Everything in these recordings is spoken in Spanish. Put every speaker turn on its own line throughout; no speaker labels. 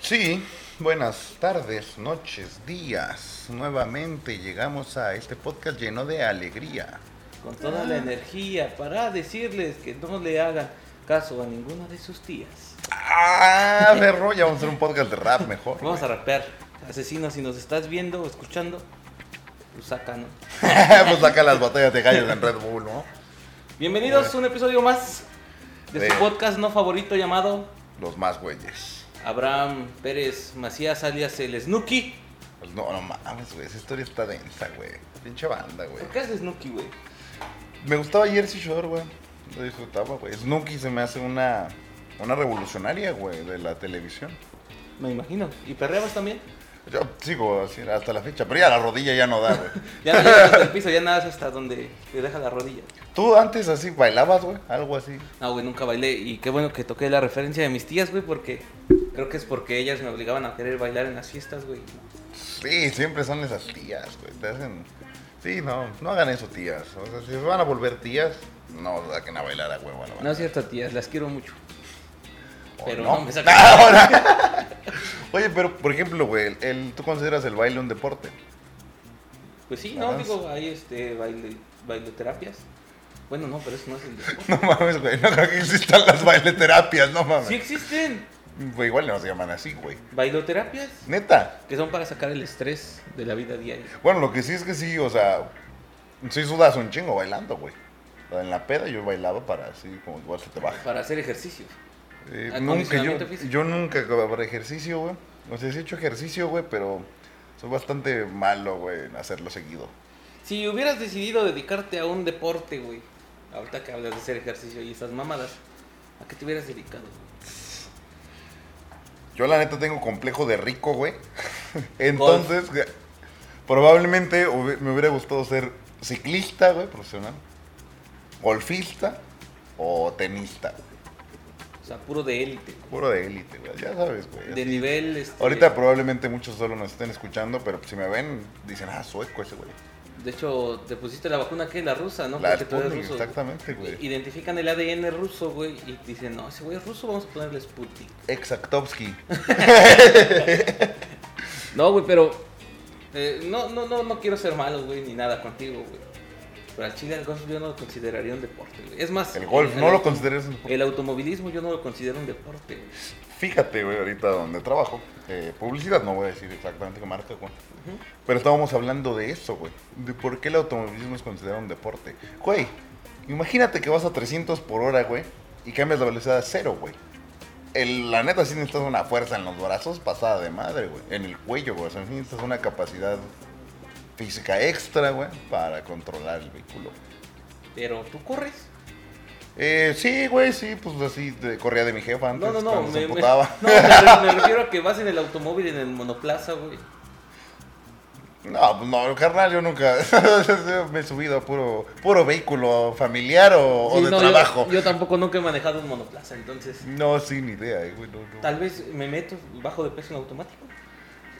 Sí, buenas tardes, noches, días. Nuevamente llegamos a este podcast lleno de alegría.
Con toda la energía para decirles que no le hagan caso a ninguna de sus tías.
¡Ah, perro! Ya vamos a hacer un podcast de rap mejor.
Vamos a rapear. Asesino, si nos estás viendo o escuchando, pues saca, ¿no?
pues saca las batallas de gallos en Red Bull, ¿no?
Bienvenidos a un episodio más de su
Sí.
podcast no favorito llamado
Los más güeyes.
Abraham Pérez Macías alias el Snooki.
Pues no, no mames, güey. Esa historia está densa, güey. Pinche banda, güey.
¿Por qué es Snooki, güey?
Me gustaba Jersey Shore, güey. Lo disfrutaba, güey. Snooki se me hace una, una revolucionaria, güey, de la televisión.
Me imagino. ¿Y perreabas también?
Yo sigo así hasta la fecha, pero ya la rodilla ya no da, güey.
Ya no llegas hasta el piso, ya nada hasta donde te deja la rodilla.
¿Tú antes así bailabas, güey? Algo así.
No, Ah, güey, nunca bailé. Y qué bueno que toqué la referencia de mis tías, güey, porque creo que es porque ellas me obligaban a querer bailar en las fiestas, güey.
Sí, siempre son esas tías, güey. Te hacen. Sí, no, no hagan eso, tías. O sea, si se van a volver tías, no saquen a bailar a huevo. a la
No
banda.
es cierto, tías, las quiero mucho.
O
pero no me sacan.
Ahora. Oye, pero por ejemplo, güey, el, el- ¿tú consideras el baile un deporte?
Pues sí, no,
Ah,
digo, hay este baile, baileterapias. Bueno, no, pero eso no es el deporte.
No mames, güey. No creo que existan las baileterapias, no mames.
Sí existen
Güey, igual no se llaman así, güey.
bailoterapias
Neta.
que son para sacar el estrés de la vida diaria.
Bueno, lo que sí es que sí, o sea, sí sudas un chingo bailando, güey. O sea, En la peda yo bailaba para así, como igual se te baja.
Para hacer ejercicio.
Eh, nunca, yo,
Acondicionamiento físico.
yo nunca para ejercicio, güey. O sea, sí he hecho ejercicio, güey, pero soy bastante malo, güey, en hacerlo seguido.
Si hubieras decidido dedicarte a un deporte, güey, ahorita que hablas de hacer ejercicio y esas mamadas, ¿a qué te hubieras dedicado? güey?
Yo la neta tengo complejo de rico, güey. Entonces, que- probablemente hubi- me hubiera gustado ser ciclista, güey, profesional. Golfista o tenista, güey.
O sea, puro de élite,
Puro de élite, güey. Ya sabes, güey.
de
así.
nivel. Este,
Ahorita probablemente muchos solo nos estén escuchando, pero si me ven, dicen, ah, sueco ese, güey.
De hecho, te pusiste la vacuna que es la rusa, ¿no?
La
Porque tú eres
Sputnik,
ruso.
exactamente, güey.
Identifican el ADN ruso, güey, y dicen, no, ese güey es ruso, vamos a ponerle Sputnik.
Exactovsky.
No, güey, pero eh, no, no, no, no quiero ser malo, güey, ni nada contigo, güey. Pero al chile el golf yo no lo consideraría un deporte, güey. Es más,
El golf, no lo consideres un
El automovilismo yo no lo considero un deporte, güey.
Fíjate, güey, ahorita donde trabajo, eh, publicidad, no voy a decir exactamente qué marca, güey. Pero estábamos hablando de eso, güey. De por qué el automovilismo es considerado un deporte. Güey, imagínate que vas a 300 por hora, güey, y cambias la velocidad a cero, güey. El- la neta sí necesitas una fuerza en los brazos pasada de madre, güey. En el cuello, güey. O sea, sí necesitas una capacidad física extra, güey, para controlar el vehículo.
Pero tú corres.
Eh, sí, güey, sí, pues así de- corría de mi jefa antes
no, no, no.
cuando se
Me, me-
emputaba.
no, me- me refiero a que vas en el automóvil, en el monoplaza, güey.
No, pues no, carnal, yo nunca me he subido a puro, puro vehículo familiar o, o
Sí,
de
no, yo-
trabajo.
Yo, tampoco nunca he manejado un monoplaza, entonces.
No, sin idea, eh, güey, no, no.
Tal vez me meto bajo de peso en automático.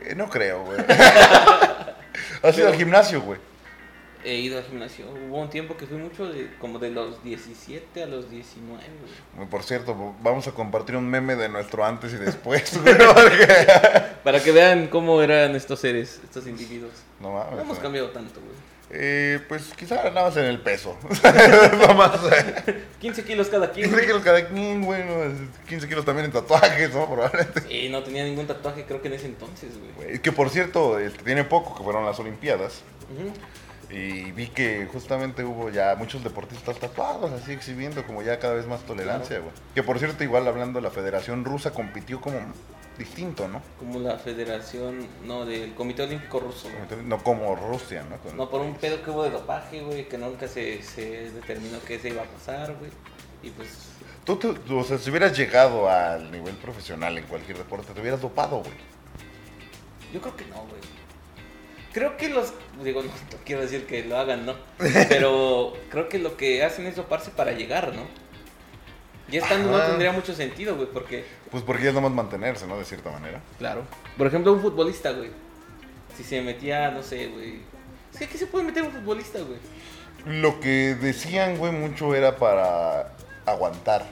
Eh, no creo, güey. ¿Has ido al gimnasio, güey?
He ido al gimnasio. Hubo un tiempo que fui mucho, de, como de los 17 a los 19, güey.
Güey, Por cierto, vamos a compartir un meme de nuestro antes y después, güey, porque-
Para que vean cómo eran estos seres, estos individuos.
No mames.
No hemos
güey.
cambiado tanto, güey.
Eh, pues quizá nada más en el peso. nada más. eh,
15 kilos cada quien.
15 kilos cada quien, güey. no, 15 kilos también en tatuajes, ¿no? Probablemente.
Y no tenía ningún tatuaje, creo que en ese entonces, güey.
Güey, Que por cierto, este, tiene poco que fueron las Olimpiadas.
Ujú.
Y vi que justamente hubo ya muchos deportistas tatuados, así exhibiendo como ya cada vez más tolerancia, güey. Que por cierto, igual hablando, la Federación Rusa compitió como distinto, ¿no?
Como la federación, no, del Comité Olímpico Ruso. güey.
No como Rusia, ¿no? Con-
No, por un pedo que hubo de dopaje, güey, que nunca se, se determinó que se iba a pasar, güey. Y pues,
Tú, te- tú, o sea, si hubieras llegado al nivel profesional en cualquier deporte, te hubieras dopado, güey.
yo creo que no, güey. Creo que los, digo, no, no quiero decir que lo hagan, ¿no? Pero creo que lo que hacen es doparse para llegar, ¿no? Ya estando no
Ajá.
tendría mucho sentido, güey, porque
Pues porque es nomás mantenerse, ¿no? De cierta manera.
Claro. Por ejemplo, un futbolista, güey. Si se metía, no sé, güey. Es que aquí se puede meter un futbolista, güey.
Lo que decían, güey, mucho era para aguantar.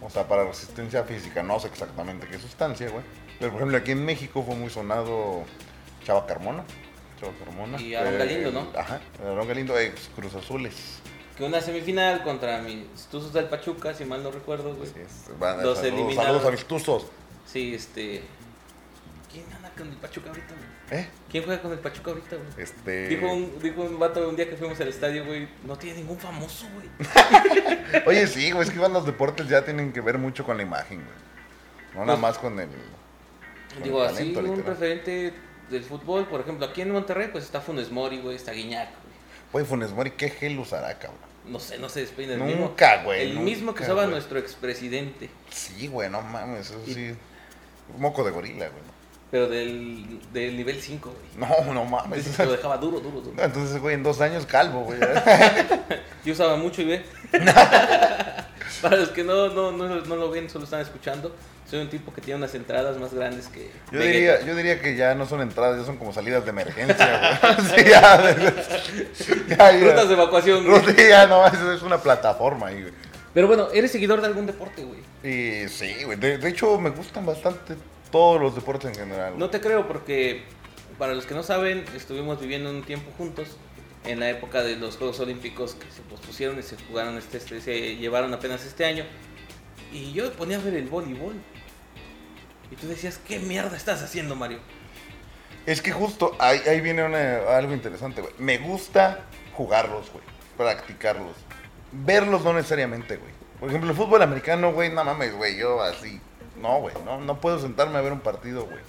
O sea, para resistencia física, no sé exactamente qué sustancia, güey. Pero por ejemplo, aquí en México fue muy sonado Chava Carmona. Chava Carmona. Eh,
Y Aarón Galindo, ¿no?
Ajá, Aarón Galindo, ex Cruz Azules.
Que una semifinal contra mis Tuzos del Pachuca, si mal no recuerdo, güey.
Así es. Van-
Los
saludos,
eliminaron.
saludos a mis tuzos.
Sí, este. ¿Quién anda con el Pachuca ahorita, güey?
¿Eh?
¿Quién juega con el Pachuca ahorita, güey?
Este.
Dijo un, dijo un vato un día que fuimos al estadio, güey, no tiene ningún famoso, güey.
Oye, sí, güey, es que igual los deportes ya tienen que ver mucho con la imagen, güey. No nada
Pues-
más con el.
Digo,
el
así
talento,
un
literal.
referente del fútbol, por ejemplo, aquí en Monterrey, pues está Funes Mori, güey, está Guiñac, güey.
Güey, Funes Mori, ¿qué gel usará, cabrón?
No sé, no se despeina el mismo.
Nunca, güey.
El mismo que
nunca,
usaba
güey.
nuestro expresidente,
Sí, güey, no mames, eso
Y-
sí. Moco de gorila, güey.
pero del, del nivel 5, güey.
No, no mames.
Entonces, Lo dejaba duro, duro, duro.
Entonces, güey, en dos años calvo, güey.
Yo usaba mucho y ve. Para los que no, no, no, no lo ven, solo están escuchando, soy un tipo que tiene unas entradas más grandes que.
Yo
Vegeta.
diría, yo diría que ya no son entradas, ya son como salidas de emergencia, güey. Sí, ya, ya, ya.
Rutas de evacuación, güey.
Ruta- ya, no, eso es una plataforma ahí, güey.
Pero bueno, ¿eres seguidor de algún deporte, güey?
Y sí, güey. De, de hecho, me gustan bastante todos los deportes en general.
No
güey.
te creo porque, para los que no saben, estuvimos viviendo un tiempo juntos en la época de los Juegos Olímpicos que se pospusieron y se jugaron, este, este- se llevaron apenas este año. Y yo me ponía a ver el voleibol. Y tú decías, ¿qué mierda estás haciendo, Mario?
Es que justo ahí, ahí viene una- algo interesante, güey. Me gusta jugarlos, güey. Practicarlos. Verlos no necesariamente, güey. Por ejemplo, el fútbol americano, güey, no mames, güey. Yo así. No, güey. No, no puedo sentarme a ver un partido, güey.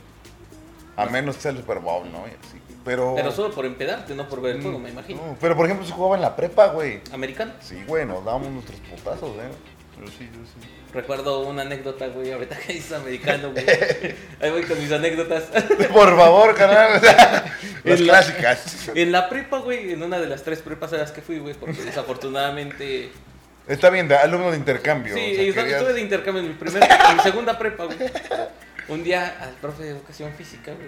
A menos que sea el Super Bowl, ¿no? Y así. Pero. mm,
Pero solo por empedarte, no por ver el juego, me imagino.
No, pero por ejemplo, se jugaba en la prepa, güey.
Americano.
Sí, güey, nos dábamos nuestros putazos, ¿eh? Yo sí, yo sí.
Recuerdo una anécdota, güey, ahorita que dices americano, güey. Ahí voy con mis anécdotas.
Por favor, canal. Las
En la-
clásicas.
En la prepa, güey, en una de las tres prepas a las que fui, güey, porque desafortunadamente...
Está bien, de alumno de intercambio.
Sí,
o sea,
y estuve-
querías-
estuve de intercambio en mi primera, en mi segunda prepa, güey. Un día al profe de educación física, güey,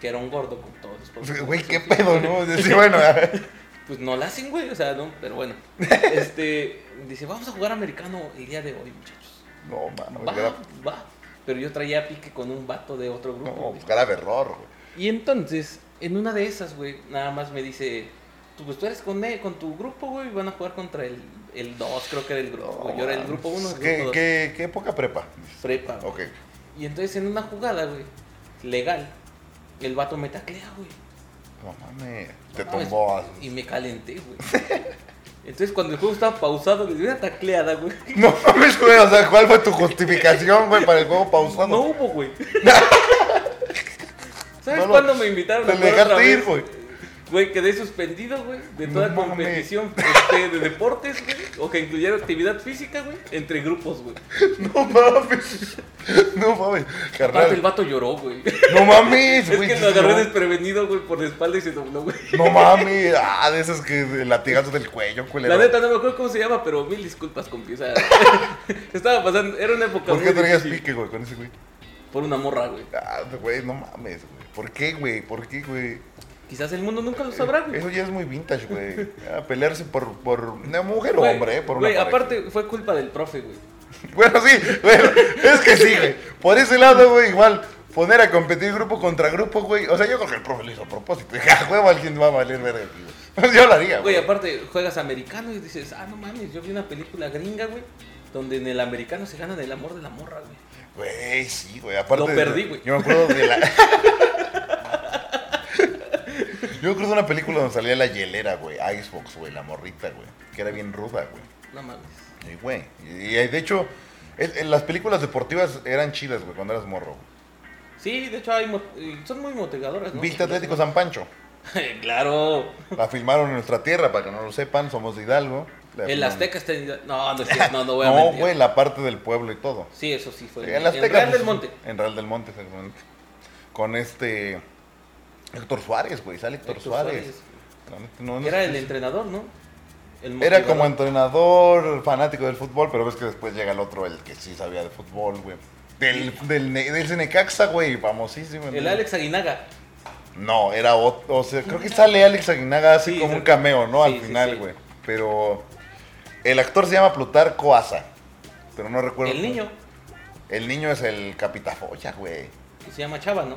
que era un gordo con todos los profes de
Pues, Güey, qué
educación física,
pedo, ¿no? Sí, bueno,
Pues no la hacen, güey, o sea, no, pero bueno. Este, dice, vamos a jugar americano el día de hoy, muchachos.
no, mano,
Va,
era,
va. Pero yo traía pique con un vato de otro grupo.
no,
güey.
grave error, güey.
Y entonces, en una de esas, güey, nada más me dice, tú, pues tú eres con, e- con tu grupo, güey, van a jugar contra el, el 2, creo que era el grupo, güey. Yo era el
No,
grupo 1, el
¿Qué,
grupo 2.
qué, qué época prepa?
Prepa, güey.
Ok.
Y entonces en una jugada, güey, legal, el vato me taclea, güey.
No mames, te
No,
tumbó. ah.
es- Y me calenté, güey. Entonces cuando el juego estaba pausado, le di una tacleada, güey.
No mames, güey, o sea, ¿cuál fue tu justificación, güey, para el juego pausado?
No hubo, güey. ¿Sabes
No lo-
cuándo me invitaron
Te
a jugar
dejaste
otra
ir,
vez?
güey.
Güey, quedé suspendido, güey, de toda
No mames.
competición este, de deportes, güey, o que incluyera actividad física, güey, entre grupos, güey.
No mames. No mames,
Aparte, el
carnal.
vato lloró, güey.
No mames,
Es
güey.
que lo agarré desprevenido, güey, por la espalda y se dobló, güey.
No mames, ah, de esas que latigazos del cuello, culero.
La neta, no me acuerdo cómo se llama, pero mil disculpas, compi. O sea, estaba pasando, era una época
¿Por qué
muy
traías
difícil.
pique, güey, con ese güey?
Por una morra, güey.
Ah, güey, no mames, güey. ¿Por qué, güey? ¿Por qué, güey?
Quizás el mundo nunca lo sabrá, güey.
Eso ya es muy vintage, güey. Ah, pelearse por, por una mujer o
Güey,
hombre, eh, por una
Güey,
pareja.
aparte fue culpa del profe, güey.
Bueno, sí, bueno, es que sí, güey. Por ese lado, güey, igual, poner a competir grupo contra grupo, güey. O sea, yo creo que el profe lo hizo a propósito. Dije, "Ah, huevo, alguien va a valer verga aquí, güey". Yo lo haría,
Güey,
güey.
aparte juegas americano y dices, ah, no mames, yo vi una película gringa, güey, donde en el americano se gana del amor de la morra, güey.
Güey, sí, güey. Aparte.
Lo perdí, güey.
Yo me acuerdo de la. yo me acuerdo de una película donde salía la hielera, güey. Icebox, güey, la morrita, güey. Que era bien ruda, güey.
No mames.
Sí, güey. Y, y de hecho, el- el- las películas deportivas eran chidas, güey, cuando eras morro. güey.
Sí, de hecho hay mo- eh, son muy motivadoras, ¿no?
Viste Atlético San Pancho.
claro.
La filmaron en nuestra tierra, para que no lo sepan, somos de Hidalgo. La
El
filmaron-
Azteca está en... No, no, es cierto, no, no voy a
No,
mentir.
güey, la parte del pueblo y todo.
Sí, eso sí fue.
El
En
Azteca.
Real
pues,
del Monte.
En Real del Monte, exactamente. Con este. Héctor Suárez, güey, sale Héctor,
Héctor
Suárez.
Suárez.
La neta, no, no
Era
sé
el
si-
entrenador, ¿no? El
Era como
motivador.
entrenador fanático del fútbol, pero ves que después llega el otro, el que sí sabía de fútbol, güey. Del, del, ne- del Necaxa, güey, famosísimo.
El
¿no?
Alex Aguinaga.
No, era otro. O sea, creo que sale Alex Aguinaga así
Sí,
como
sí.
un cameo, ¿no?
Sí,
Al
sí,
final,
sí.
güey. Pero el actor se llama Plutarco Asa. Pero no recuerdo.
El niño,
El niño es el capitafolla, güey.
que se llama Chava, ¿no?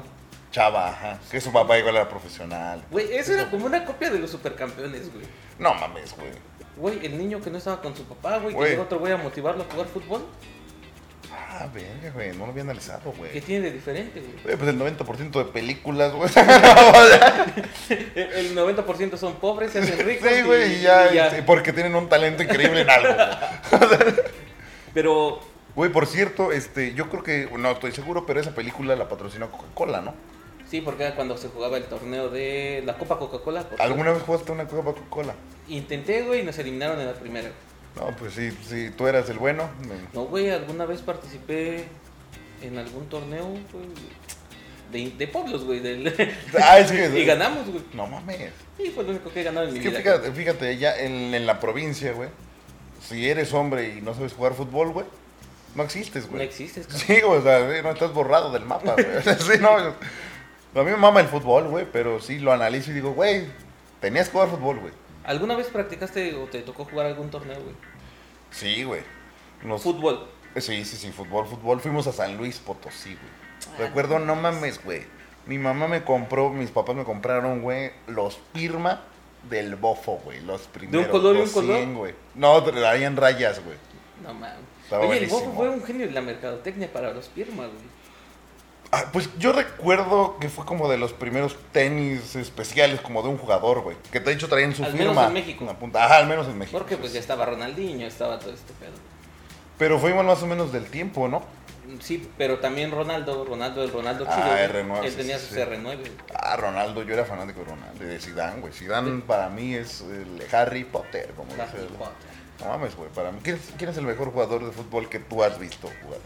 Chava, ajá. Que su papá igual era profesional.
Güey, eso era como una copia de los supercampeones, güey.
No mames, güey.
Güey, el niño que no estaba con su papá, güey, que
Güey.
llegó otro güey a motivarlo a jugar fútbol.
Ah, verga, güey. No lo había analizado,
¿Qué
güey.
tiene de diferente, güey?
Güey, pues el 90% de películas, güey.
El 90% son pobres, se hacen ricos.
sí, güey, y ya, este, Porque tienen un talento increíble en algo, güey.
Pero,
Güey, por cierto, este, yo creo que, no estoy seguro, pero esa película la patrocinó Coca-Cola, ¿no?
sí, porque era cuando se jugaba el torneo de la Copa Coca-Cola. por
¿Alguna vez jugaste una Copa Coca-Cola?
favor. Intenté, güey, y nos eliminaron en la primera.
No, pues sí, sí, tú eras el bueno. me-
No, güey, alguna vez participé en algún torneo, güey, de, de pueblos, güey. del-
Ah, es que.
y ganamos, güey.
No mames.
Sí, fue lo único que he ganado en mi
Es que
vida.
fíjate, fíjate, ya en, en la provincia, güey, si eres hombre y no sabes jugar fútbol, güey, no existes,
No
güey.
existes, cabrón.
Sí, güey, o sea, sí, no estás borrado del mapa, güey. Sí, no. yo- A mí me mama el fútbol, güey, pero sí lo analizo y digo, güey, tenías que jugar fútbol, güey.
¿Alguna vez practicaste o te tocó jugar algún torneo, güey?
Sí, güey. Nos-
Fútbol.
Sí, sí, sí, fútbol, fútbol. Fuimos a San Luis Potosí, güey. Recuerdo, no mames, güey. Mi mamá me compró, mis papás me compraron, güey, los Pirma del Bofo, güey. Los primeros.
color y
los
un color?
güey. No, traían rayas, güey.
No mames.
Estaba
Oye, el Bofo
buenísimo.
fue un genio de la mercadotecnia para los Pirma, güey.
Ah, pues yo recuerdo que fue como de los primeros tenis especiales, como de un jugador, güey. Que de hecho traían su
Al menos
firma.
en México.
Una punta. Ajá, al menos en México.
Porque
sí,
pues
sí.
ya estaba Ronaldinho, estaba todo este pedo.
Pero fuimos más o menos del tiempo, ¿no?
Sí, pero también Ronaldo, Ronaldo, el Ronaldo
Ah,
chido. güey.
R9,
Él
sí,
tenía
sí,
sus
sí.
R9. güey.
Ah, Ronaldo, yo era fanático de Ronaldo, y de Zidane, güey. Zidane para mí es el Harry Potter, como
Harry
dice el-
Potter.
No mames, güey, para mí. ¿Quién es, quién es el mejor jugador de fútbol que tú has visto jugar?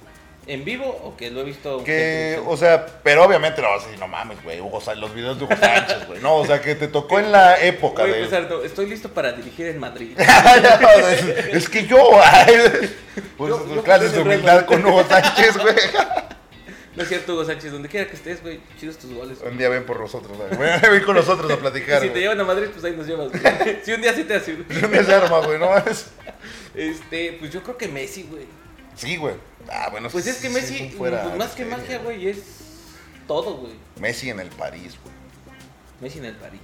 ¿En vivo o que lo he visto?
Que,
en-
o sea, pero obviamente no vas a decir, no mames, güey, Hugo Sánchez, los videos de Hugo Sánchez, güey. No, o sea, que te tocó en la época
Voy a
de...
empezar, no, pues, estoy listo para dirigir en Madrid.
es, es que yo... pues
Yo-
tus
yo
clases de
jugué en el
humildad
Real
con Hugo Sánchez, güey.
No es cierto, Hugo Sánchez, donde quiera que estés, güey, chidos tus goles. güey.
Un día ven por nosotros, güey. Ven ven con nosotros a platicar,
Y si te
güey.
llevan a Madrid, pues ahí nos llevas. güey. si un día sí te hace. güey.
Un día se arma, güey, no mames.
Este, pues yo creo que Messi, güey.
Sí, güey. Ah, bueno,
Pues
sí,
es que
sí,
Messi,
sí, fuera
pues, más
de
que
serie,
magia, güey, es todo, güey.
Messi en el París, güey.
Messi en el París.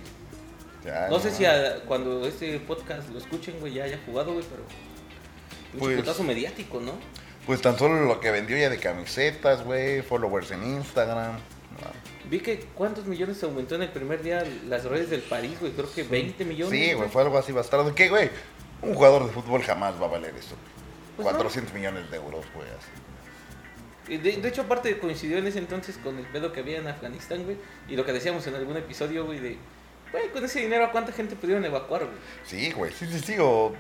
Ya,
No sé si
Ah, mames.
a- cuando este podcast lo escuchen, güey, ya haya jugado, güey, pero. Un
Pues-
putazo mediático, ¿no?
Pues tan solo lo que vendió ya de camisetas, güey, followers en Instagram. No.
Vi que cuántos millones se aumentó en el primer día las redes del París, güey. Creo que 20 millones.
Sí, güey, fue algo así bastardo. ¿Qué, güey? Un jugador de fútbol jamás va a valer eso.
Pues no.
400 millones de euros, güey. así.
Y De, de hecho, aparte coincidió en ese entonces con el pedo que había en Afganistán, güey. Y lo que decíamos en algún episodio, güey, de. Güey, con ese dinero, ¿a cuánta gente pudieron evacuar, güey?
Sí, güey, sí, sí, sí. O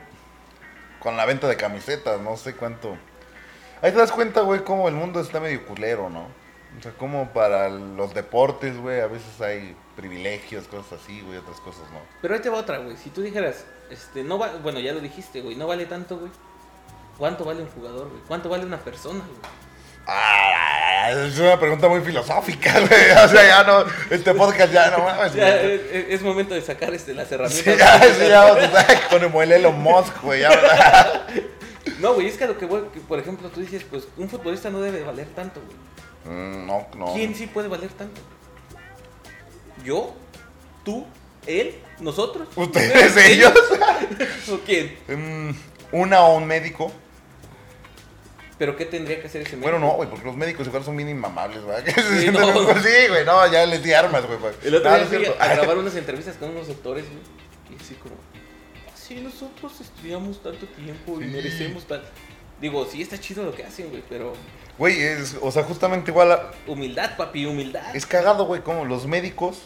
con la venta de camisetas, no sé cuánto. Ahí te das cuenta, güey, cómo el mundo está medio culero, ¿no? O sea, como para los deportes, güey, a veces hay privilegios, cosas así, güey, otras cosas no.
Pero ahí te va otra, güey. Si tú dijeras, este, no va, bueno, ya lo dijiste, güey, no vale tanto, güey. ¿Cuánto vale un jugador, güey? ¿Cuánto vale una persona, güey?
Ah, es una pregunta muy filosófica, güey. O sea, ya no. Este podcast ya no mames.
Ya,
güey.
eh, eh, es, momento de sacar este, las
Sí,
herramientas.
ya, sí, ya vamos a estar con el Elon Musk, güey. Ya, ¿verdad?
No, güey, es que a lo que voy, que, por ejemplo, tú dices, pues un futbolista no debe valer tanto, güey.
Mm, no, no.
¿Quién sí puede valer tanto? ¿Yo? ¿Tú? ¿Él? ¿Nosotros?
¿Ustedes, ellos?
¿O quién?
Mm, una o un médico.
¿Pero qué tendría que hacer ese
Bueno, no,
médico?
güey, porque los médicos igual son bien inmamables, ¿verdad? Que se
Sí,
sienten
no.
un- Sí, güey, no, ya les di armas, güey. pues.
El otro
No,
día
no es
fui
cierto.
a, a grabar unas entrevistas con unos doctores, güey. Y así como, sí, nosotros estudiamos tanto tiempo y
Sí.
merecemos tal. Digo, sí, está chido lo que hacen, güey, pero
Güey, es- o sea, justamente igual. a-
humildad, papi, humildad.
Es cagado, güey, como los médicos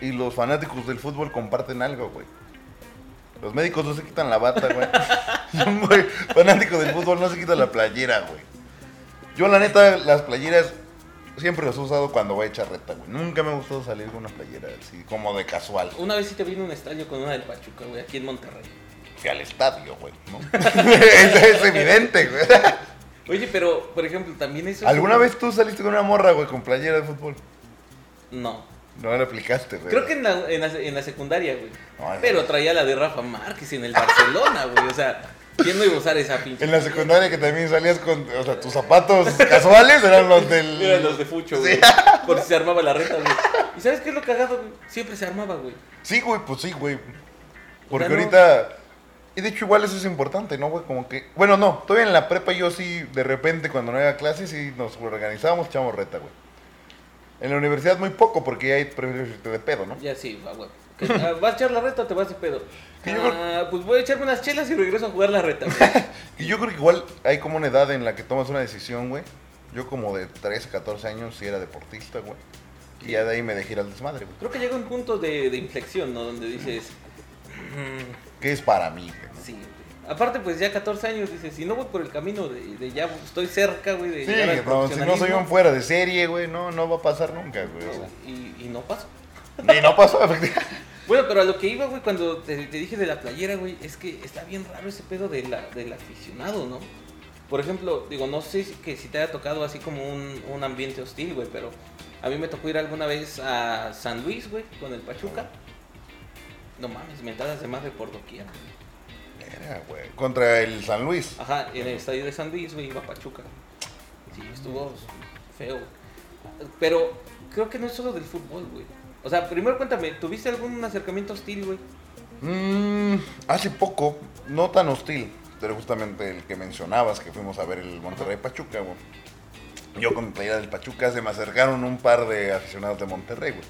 y los fanáticos del fútbol comparten algo, güey. Los médicos no se quitan la bata, güey. Y un güey fanático del fútbol no se quita la playera, güey. Yo, la neta, las playeras siempre las he usado cuando voy a echar reta, güey. Nunca me ha gustado salir con una playera así, como de casual.
Una vez sí te vino un estadio con una del Pachuca, güey, aquí en Monterrey.
Fui al estadio, güey, ¿no? es, es evidente, güey.
Oye, pero, por ejemplo, también eso... es
¿Alguna
como-
vez tú saliste con una morra, güey, con playera de fútbol?
No.
No la aplicaste, güey.
Creo que en la, en la- en la secundaria, güey.
No, no.
Pero traía la de Rafa Márquez en el Barcelona, güey. O sea, ¿Quién no iba a usar esa pinche?
En la secundaria que también salías con, o sea, tus zapatos casuales eran los del...
Eran los de Fucho, güey. Por si se armaba la reta, güey. ¿Y sabes qué es lo cagado, güey? Siempre se armaba, güey.
Sí, güey, pues sí, güey. Porque
no-
ahorita... Y de hecho igual eso es importante, ¿no, güey? Como que... Bueno, no, todavía en la prepa yo sí, de repente, cuando no había clases, sí nos organizábamos, echamos reta, güey. En la universidad muy poco, porque ya hay prefieres irte de pedo, ¿no?
Ya sí, va, güey. Que, ah, ¿Vas a echar la reta o te vas de pedo?
Que yo creo-
Ah, pues voy a echarme unas chelas y regreso a jugar la reta, güey.
Y yo creo que igual hay como una edad en la que tomas una decisión, güey. Yo como de 13, 14 años sí era deportista, güey. Y ya de ahí me dejé ir al desmadre, güey.
Creo que llega un punto de, de inflexión, ¿no? Donde dices,
¿Qué es para mí, güey?
sí. güey. Aparte, pues ya 14 años, dices, si no voy por el camino de, de ya estoy cerca, güey, de
Sí,
llegar
no,
al
si no soy
profesionalismo,
un fuera de serie, güey, no, no va a pasar nunca, güey. o sea.
Y, y no paso.
Y no pasó, efectivamente.
Bueno, pero a lo que iba, güey, cuando te, te dije de la playera, güey, es que está bien raro ese pedo de la, del aficionado, ¿no? Por ejemplo, digo, no sé si, que si te haya tocado así como un, un ambiente hostil, güey, pero a mí me tocó ir alguna vez a San Luis, güey, con el Pachuca. No mames, mentadas de madre por doquier.
Era, güey, Contra el San Luis.
Ajá, en el estadio de San Luis, güey, iba a Pachuca. Sí, estuvo feo. Pero creo que no es solo del fútbol, güey. O sea, primero cuéntame, ¿tuviste algún acercamiento hostil, güey?
Mm, hace poco, no tan hostil, pero justamente el que mencionabas, que fuimos a ver el Monterrey Pachuca, güey. Yo con mi playera del Pachuca se me acercaron un par de aficionados de Monterrey, güey.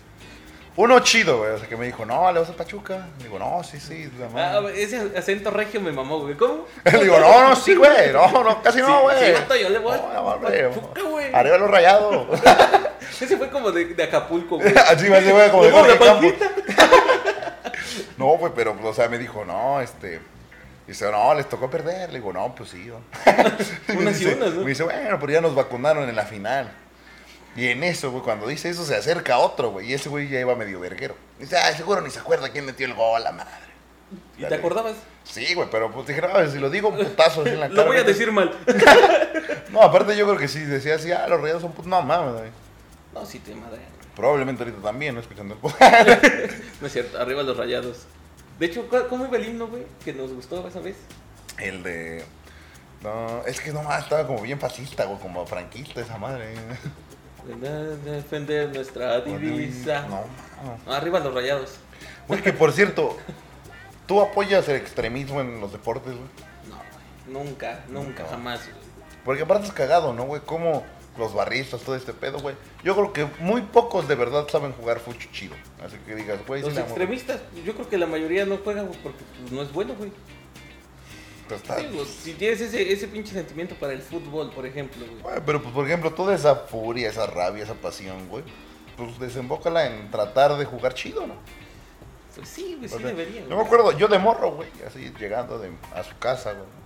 Uno chido, güey, o sea, que me dijo, no, le vas a Pachuca. Digo, no, sí, sí, la
Ah,
madre".
ese acento regio me mamó, güey. ¿Cómo?
Le digo, no, no, sí, güey, no, no, casi
Sí,
no, güey.
sí, vato, yo le voy
No,
a-
no, güey,
Pachuca, güey.
Arevalo rayado.
Ese fue como de, de Acapulco, güey.
Así me hace, güey, como de
Luego
Jorge
la
Campos.
panjita.
No, güey, pero, o sea, me dijo, no, este. Dice, no, les tocó perder. Le digo, no, pues sí. ¿no?". Y me
Unas y
dice-
unas, ¿no?
Me dice, bueno, pero ya nos vacunaron en la final. Y en eso, güey, cuando dice eso, se acerca otro, güey. Y ese güey ya iba medio verguero. Dice, ay, seguro ni se acuerda quién metió el gol, la madre.
¿Y te acordabas?
Sí, güey, pero pues dije, no, si lo digo, putazo así en la cara.
Lo voy a
güey".
decir mal.
No, aparte yo creo que sí, decía así, ah, los rayados son putos. No, mames, güey.
No, sí, te madre.
Probablemente ahorita también, ¿no? Escuchando el podcast.
No es cierto, arriba los rayados. De hecho, ¿cu- ¿cómo iba el himno, güey? Que nos gustó esa vez.
El de. No, es que nomás estaba como bien fascista, güey, como franquista esa madre.
De na- Defender nuestra divisa.
No, no.
No, arriba los rayados.
Güey, que por cierto, ¿tú apoyas el extremismo en los deportes, güey?
No, güey. Nunca, nunca,
No.
jamás, güey.
Porque aparte es cagado, ¿no, güey? Como los barristas, todo este pedo, güey. Yo creo que muy pocos de verdad saben jugar fucho chido. Así que digas, güey,
Los
sí, la-
extremistas, yo creo que la mayoría no juegan güey, porque pues, no es bueno, güey.
pues, está-
Digo, si tienes ese, ese pinche sentimiento para el fútbol, por ejemplo, güey.
Güey, pero pues, por ejemplo, toda esa furia, esa rabia, esa pasión, güey, pues desembócala en tratar de jugar chido, ¿no?
Pues sí, güey, sí
O sea,
debería.
Yo
güey.
me acuerdo, yo de morro, güey, así llegando de- a su casa, güey.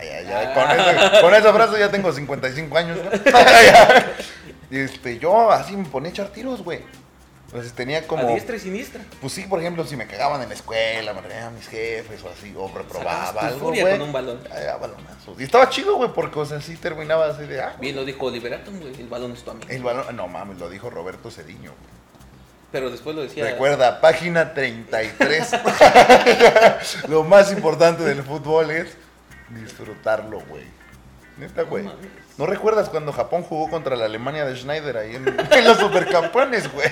Ay, ay, ay,
Ah.
con, esa, con esa frase ya tengo 55 años, ¿no? este, yo así me ponía a echar tiros, güey. Entonces tenía
A
como...
diestra y siniestra.
Pues sí, por ejemplo, si me cagaban en la escuela, me regañaban mis jefes o así, o
Sacabas
reprobaba
tu
algo,
furia
güey.
con un balón.
Ay, ah, balonazos. Y estaba chido, güey, porque, o sea, sí terminaba así de... Ah,
Bien lo dijo Liberatum, güey. El balón es tu amigo.
el balón... No mames, lo dijo Roberto Cediño, güey.
Pero después lo decía.
Recuerda, página 33. Lo más importante del fútbol es disfrutarlo, güey. Neta, güey.
No mames.
¿No recuerdas cuando Japón jugó contra la Alemania de Schneider ahí en, en los supercampeones, güey?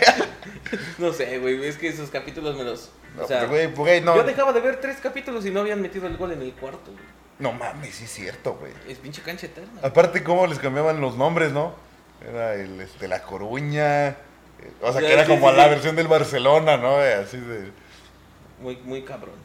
No sé, güey. Es que esos capítulos me los.
No,
o sea,
güey, güey, no.
yo dejaba de ver tres capítulos y no habían metido el gol en el cuarto, güey.
No mames, sí es cierto, güey.
Es pinche cancha eterna. güey.
Aparte, cómo les cambiaban los nombres, ¿no? Era el, este, La Coruña. eh, O sea,
Ya,
que era
sí,
como
sí,
la
sí.
versión del Barcelona, ¿no? Eh, Así de...
Muy, muy cabrón.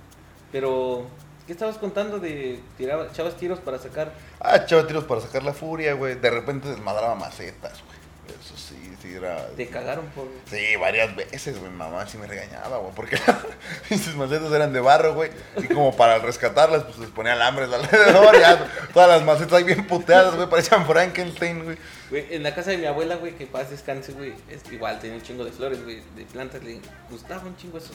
Pero. ¿Qué estabas contando de tiraba, echabas tiros para sacar?
Ah, echaba tiros para sacar la furia, güey. De repente desmadraba macetas, güey. Eso sí, sí era...
Te cagaron por.
Sí, varias veces, güey. Mamá sí me regañaba, güey. Porque sus macetas eran de barro, güey. Y como para rescatarlas, pues les ponía alambres alrededor. Ya, todas las macetas ahí bien puteadas, güey. Parecían Frankenstein, güey.
Güey, en la casa de mi abuela, güey, que paz descanse, güey, es que igual tenía un chingo de flores, güey, de plantas, le gustaba un chingo eso.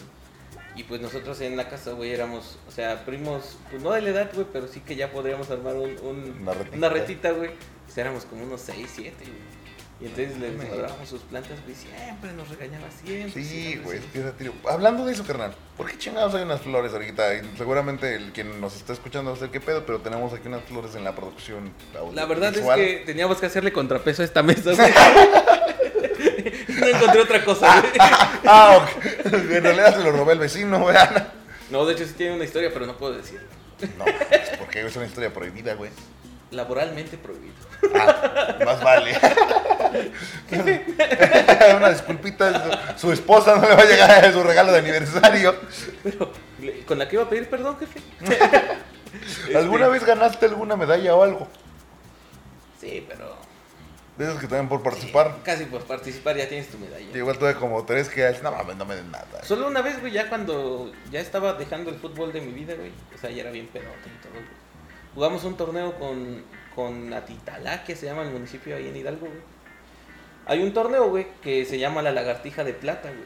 Y pues nosotros en la casa, güey, éramos, o sea, primos, pues no de la edad, güey, pero sí que ya podríamos armar un, un-
Una retita.
una retita, güey. Pues éramos como unos 6, 7, güey. Y entonces le
mames.
desmadrábamos sus plantas, güey, siempre nos regañaba siempre.
Sí,
siempre,
güey, es
siempre.
que esa tiro. Hablando de eso, carnal, ¿por qué chingados hay unas flores ahorita? Y seguramente el quien nos está escuchando va a ser qué pedo, pero tenemos aquí unas flores en la producción audiovisual.
La verdad es que teníamos que hacerle contrapeso a esta mesa, güey. no encontré otra cosa, güey.
Ah, ok. En realidad se lo robé el vecino, güey. Ah,
No, de hecho sí tiene una historia, pero no puedo decir.
No, es porque es una historia prohibida, güey.
Laboralmente prohibido.
Ah, más vale. Una disculpita, su, su esposa no le va a llegar su regalo de aniversario.
Pero le- con la que iba a pedir perdón, jefe. Este.
¿Alguna vez ganaste alguna medalla o algo?
Sí, pero
De esos que también por participar.
casi por participar ya tienes tu medalla.
Llegó igual tuve como tres que es, no mames, no me den nada.
Solo una vez, güey, ya cuando ya estaba dejando el fútbol de mi vida, güey. O sea, ya era bien pedote y todo, güey. Jugamos un torneo con, con Atitalá, que se llama el municipio ahí en Hidalgo, güey. Hay un torneo, güey, que se llama la Lagartija de Plata, güey.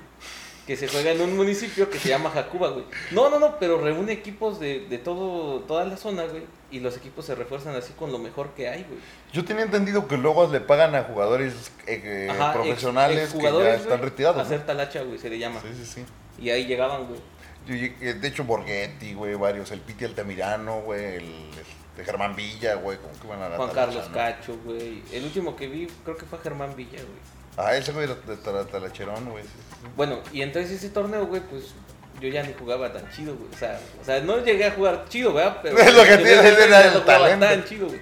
Que se juega en un municipio que se llama Jacuba, güey. No, no, no, pero reúne equipos de, de todo, toda la zona, güey. Y los equipos se refuerzan así con lo mejor que hay, güey.
Yo tenía entendido que luego le pagan a jugadores eh, eh,
Ajá, ex-
profesionales que ya
exjugadores,
están
güey,
retirados. ¿no?
Hacer talacha, güey, se le llama.
Sí, sí, sí.
Y ahí llegaban, güey.
Yo llegué- eh, de hecho, Borghetti, güey, varios. El Piti Altamirano, güey, el, este, Germán Villa, güey, como que van a la
Juan
talacha,
Carlos
¿no?
Cacho, güey. El último que vi creo que fue a Germán Villa, güey.
Ah, ese güey era de tala- talacherón, güey. sí, sí, sí.
Bueno, y entonces ese torneo, güey, pues yo ya ni jugaba tan chido, güey. O sea, o sea, no llegué a jugar chido, ¿verdad? Pero
Es lo que
yo
tiene,
ya
ese
no
era el
jugaba
talento.
tan chido, güey.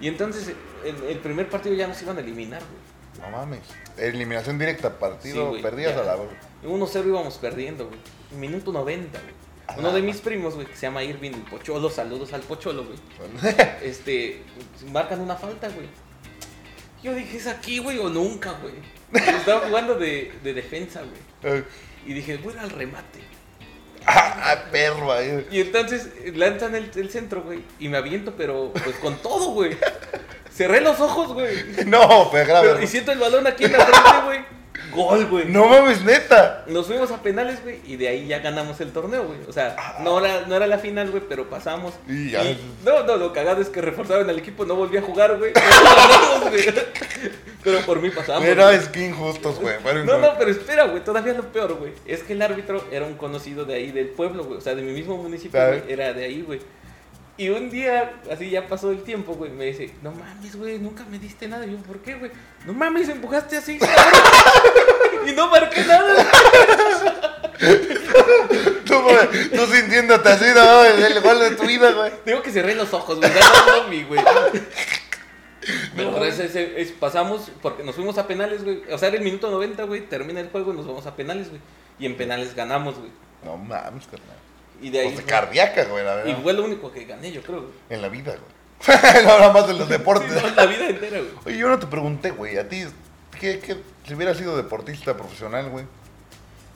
Y entonces el, el primer partido ya nos iban a eliminar, güey.
No mames. Eliminación directa,
Sí,
partido,
güey,
perdías
ya.
a la verga.
1-0 íbamos perdiendo, güey. Minuto 90, güey.
A
Uno
la
de mis primos, güey, que se llama Irving el Pocholo, saludos al Pocholo, güey. este, marcan una falta, güey. Yo dije, es aquí, güey, o nunca, güey. Estaba jugando de, de defensa, güey. Y dije, voy a ir al remate.
ah, ah, perro, ahí.
Y entonces eh, lanzan el, el centro, güey. Y me aviento, pero pues con todo, güey. Cerré los ojos, güey.
No, pero
Pero- Y
grave.
siento el balón aquí en la frente, güey. Gol, güey.
No mames, neta.
Nos fuimos a penales, güey, y de ahí ya ganamos el torneo, güey. O sea, no era, no era la final, güey, pero pasamos.
Y ya.
no, no, lo cagado es que reforzaron al equipo, no volví a jugar, güey. Ganamos, güey. pero por mí pasamos.
Pero
güey.
es que injustos, güey. Bueno,
No, no, pero espera, güey, todavía lo peor, güey. Es que el árbitro era un conocido de ahí del pueblo, güey. O sea, de mi mismo municipio,
¿Sabe?
güey, era de ahí, güey. Y un día, así ya pasó el tiempo, güey, me dice, no mames, güey, nunca me diste nada. Y yo, ¿por qué, güey? No mames, empujaste así, cabrón". y no marqué nada.
Tú, güey, tú sintiéndote así, ¿no? El, el gol de tu vida, güey.
Digo que cerré los ojos, güey. Ya no vi, güey. Pero por eso es- es- pasamos, porque nos fuimos a penales, güey. O sea, era el minuto 90, güey. Termina el juego y nos vamos a penales, güey. Y en penales ganamos, güey.
No mames, carnal.
Y de ahí.
Pues de cardíaca, güey, la
y
verdad.
fue lo único que gané, yo creo, güey.
En la vida, güey. no habla más de los
Sí,
deportes.
no, la vida entera, güey.
Oye, yo no te pregunté, güey, a ti, ¿qué, qué, si hubieras sido deportista profesional, güey?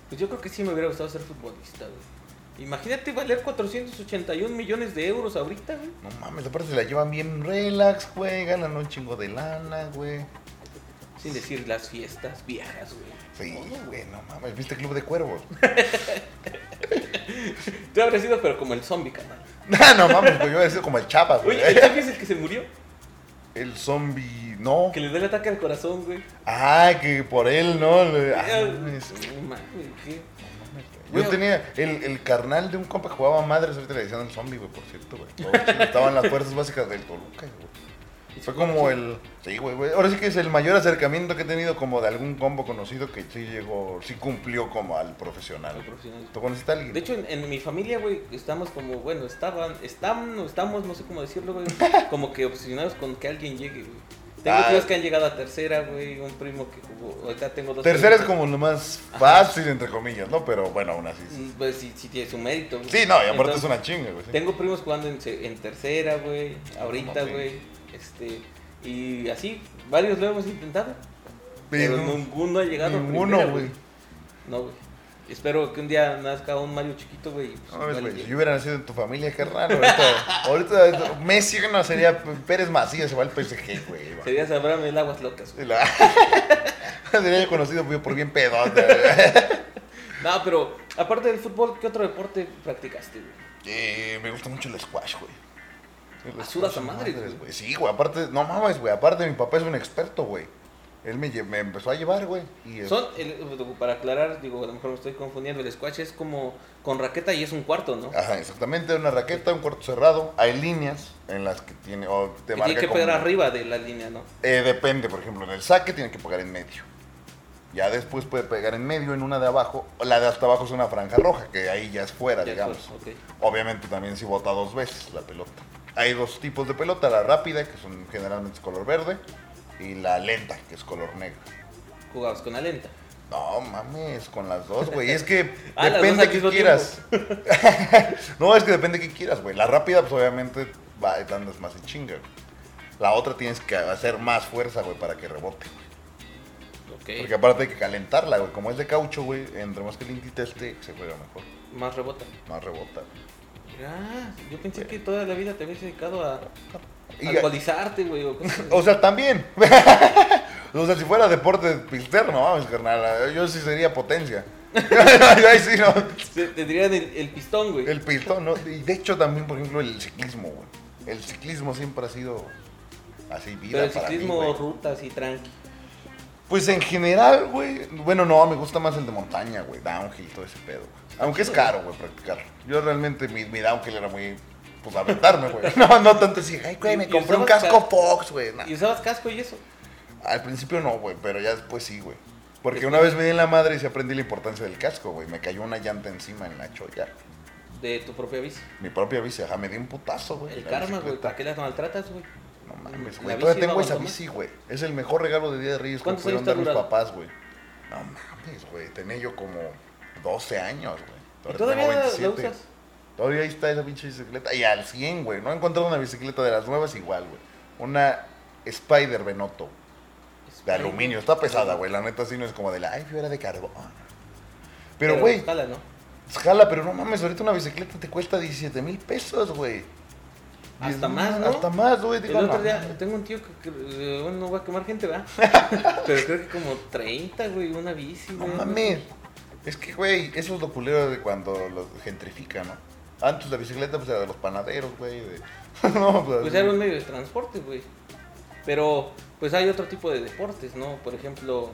Pues yo creo que sí me hubiera gustado ser futbolista, güey. Imagínate valer 481 millones de euros ahorita, güey.
No mames, aparte se la llevan bien relax, güey, ganan un chingo de lana, güey.
Sin decir las fiestas viejas, güey.
Sí, güey, no mames, ¿viste Club de Cuervos?
Yo habría sido, pero como el zombie, canal.
no, no mames, güey, yo iba a decir como el Chapas, güey.
Oye, ¿el zombie es el que se murió?
El zombie, no.
Que le da el ataque al corazón, güey.
Ah, que por él, ¿no? Le- ah, no mames.
No mames, ¿qué?
Yo
Bueno.
tenía el, el carnal de un compa que jugaba madres, ahorita le decían el zombie, güey, por cierto, güey. Todo chido, Estaban las fuerzas básicas del Toluca, güey. Fue como el. Sí, güey, güey. Ahora sí que es el mayor acercamiento que he tenido como de algún combo conocido que sí llegó, sí cumplió como al profesional.
Al
güey.
profesional.
¿Tú conociste a alguien?
De hecho, en, en mi familia, güey, estamos como, bueno, estaban, están, o estamos, no sé cómo decirlo, güey, como que obsesionados con que alguien llegue, güey. Tengo
Ah.
tíos que han llegado a tercera, güey, un primo que jugó, ahorita tengo dos.
Tercera es
primos.
como lo más fácil, entre comillas, ¿no? Pero bueno, aún así. Sí,
Mm, Pues sí, sí tiene su mérito, güey.
Sí, no, y aparte
Entonces,
es una chinga, güey. sí.
Tengo primos jugando en, se- en tercera, güey, ahorita,
mames.
güey, este, y así, varios lo hemos intentado, pero,
Pero
ninguno ha llegado a primera,
Ninguno, güey.
No, güey. Espero que un día nazca un Mario chiquito, güey. y, pues,
No, mames,
igual
güey,
llegue.
si yo hubiera nacido en tu familia, qué raro. Ahorita, ahorita Messi no sería Pérez Macías, se va al PSG, güey. va.
Sería Sabrán el Aguas Locas, güey.
Y la- Sería yo conocido por- por bien pedote. güey.
No, pero aparte del fútbol, ¿qué otro deporte practicaste, güey?
Eh, me gusta mucho el squash, güey. El
Ah, sudas
squash,
a madres, güey.
Sí, güey, aparte, no mames, güey, aparte mi papá es un experto, güey. Él me, lle- me empezó a llevar, güey. Y es-
Son, el- eh, para aclarar, digo, a lo mejor me estoy confundiendo, el squash es como con raqueta y es un cuarto, ¿no?
Ajá, exactamente, una raqueta, un cuarto cerrado. Hay líneas en las que tiene. O te
que
marca
tiene que
como-
pegar arriba de la línea, ¿no?
Eh, depende, por ejemplo, en el saque tiene que pegar en medio. Ya después puede pegar en medio, en una de abajo. La de hasta abajo es una franja roja, que ahí ya es fuera,
Ya
digamos.
fue, ok.
Obviamente también si bota dos veces la pelota. Hay dos tipos de pelota, la rápida, que son generalmente es color verde, y la lenta, que es color negro.
Jugabas con la lenta.
No mames, con las dos, güey. Es que
Ah, las dos
depende
al
que
mismo
quieras. no, es que depende que quieras, güey. La rápida, pues obviamente va, andas más en chinga, güey. La otra tienes que hacer más fuerza, güey, para que rebote.
Ok.
Porque aparte hay que calentarla, güey. Como es de caucho, güey, entre más que lentita esté, se juega mejor.
Más rebota.
Más rebota. güey.
Mira, yo pensé que toda la vida te habías dedicado a,
Y-
a alcoholizarte, güey. o cosas así.
O sea, también. o sea, si fuera deporte pilterno, vamos, carnal. Yo sí sería potencia. Yo ahí sí, no.
Te- Te dirían el, el pistón, güey.
El pistón, ¿no? Y de hecho también, por ejemplo, el ciclismo, güey. El ciclismo siempre ha sido así vida
Pero el
para mí,
ciclismo,
güey.
rutas y tranqui.
Pues en general, güey. Bueno, no, me gusta más el de montaña, güey. Downhill, todo ese pedo, güey. Aunque es caro, güey, practicarlo. Yo realmente mi, mi downhill era muy. Pues aventarme, güey. No, no tanto así. Ay, güey,
¿Y-
me
y
compré un
usabas
casco
ca-
Fox, güey. no.
¿Y usabas casco y eso?
Al principio no, güey, pero ya después sí, güey. Porque una vez me di en la madre y se aprendí la importancia del casco, güey. Me cayó una llanta encima en la cholla.
De tu propia bici.
Mi propia bici, ajá, me di un putazo, güey.
El
la
karma, güey.
bicicleta.
¿Para qué las maltratas, güey?
No mames,
La
güey.
bici
Todavía
iba
tengo esa
abandonada.
bici, güey. Es el mejor regalo de Día de Reyes que
¿Cuántos
pudieron
años te ha
dar mis
durado?
papás, güey. No mames, güey. Tenía yo como 12 años, güey.
¿Y
Ahora tengo
todavía la usas?
Todavía ahí está esa pinche bicicleta. Y al 100, güey. No he encontrado una bicicleta de las nuevas igual, güey. Una Spider Benotto. De aluminio. Está pesada, güey. La neta sí no es como de la... Ay, fibra de carbón. Pero, güey,
Jala, ¿no?
jala. Pero no mames, ahorita una bicicleta te cuesta 17 mil pesos, güey.
Hasta
10,000,
más, ¿no?
Hasta más, güey.
El
digo,
otro
no
día,
mames.
tengo un tío que, que, eh, bueno, no va a quemar gente, ¿verdad? Pero creo que como 30, güey, una bici,
No
güey.
mames. Es que, güey, eso es lo culero de cuando los gentrifican, ¿no? Antes la bicicleta pues, era de los panaderos, güey. de- no, pues,
Pues
así.
era un medio de transporte, güey. Pero, pues hay otro tipo de deportes, ¿no? Por ejemplo,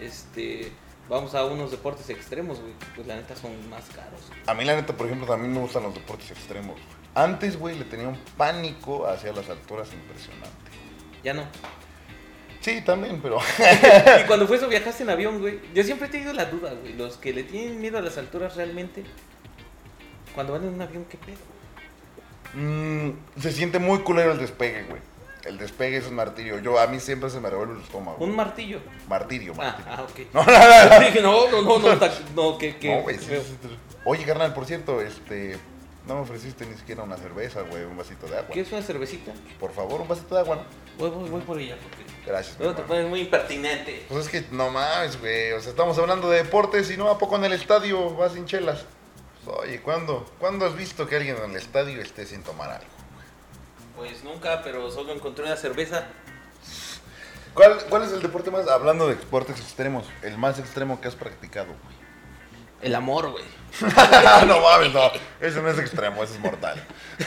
este, vamos a unos deportes extremos, güey, que pues la neta son más caros.
A mí, la neta, por ejemplo, también me gustan los deportes extremos. güey. Antes, güey, le tenía un pánico hacia las alturas impresionante.
Ya no.
Sí, también, pero
Y cuando fue eso viajaste en avión, güey. Yo siempre he tenido la duda, güey. Los que le tienen miedo a las alturas realmente, cuando van en un avión, ¿qué pedo?
mm, se siente muy culero el despegue, güey. El despegue es un martirio. Yo, a mí siempre se me revuelve el estómago.
Un martillo.
Martirio,
Ah,
martirio.
ah, ok.
No, no, no, no.
Dije, no, no, no, no, ta- no, que, que.
No, güey, sí, sí, sí. Oye, carnal, por cierto, este. No me ofreciste ni siquiera una cerveza, güey, un vasito de agua.
¿Qué es una cervecita?
Por favor, un vasito de agua, ¿no?
Voy, voy, voy por ella, porque.
Gracias. mi
Luego te
hermano.
pones muy impertinente.
Pues es que no mames, güey. O sea, estamos hablando de deportes y no a poco en el estadio vas sin chelas. Pues, oye, ¿cuándo? ¿Cuándo has visto que alguien en el estadio esté sin tomar algo?
Pues nunca, pero solo encontré una cerveza.
¿Cuál, cuál es el deporte más, hablando de deportes extremos, el más extremo que has practicado, güey?
El amor, güey.
no mames, no. Eso no es extremo, eso es mortal.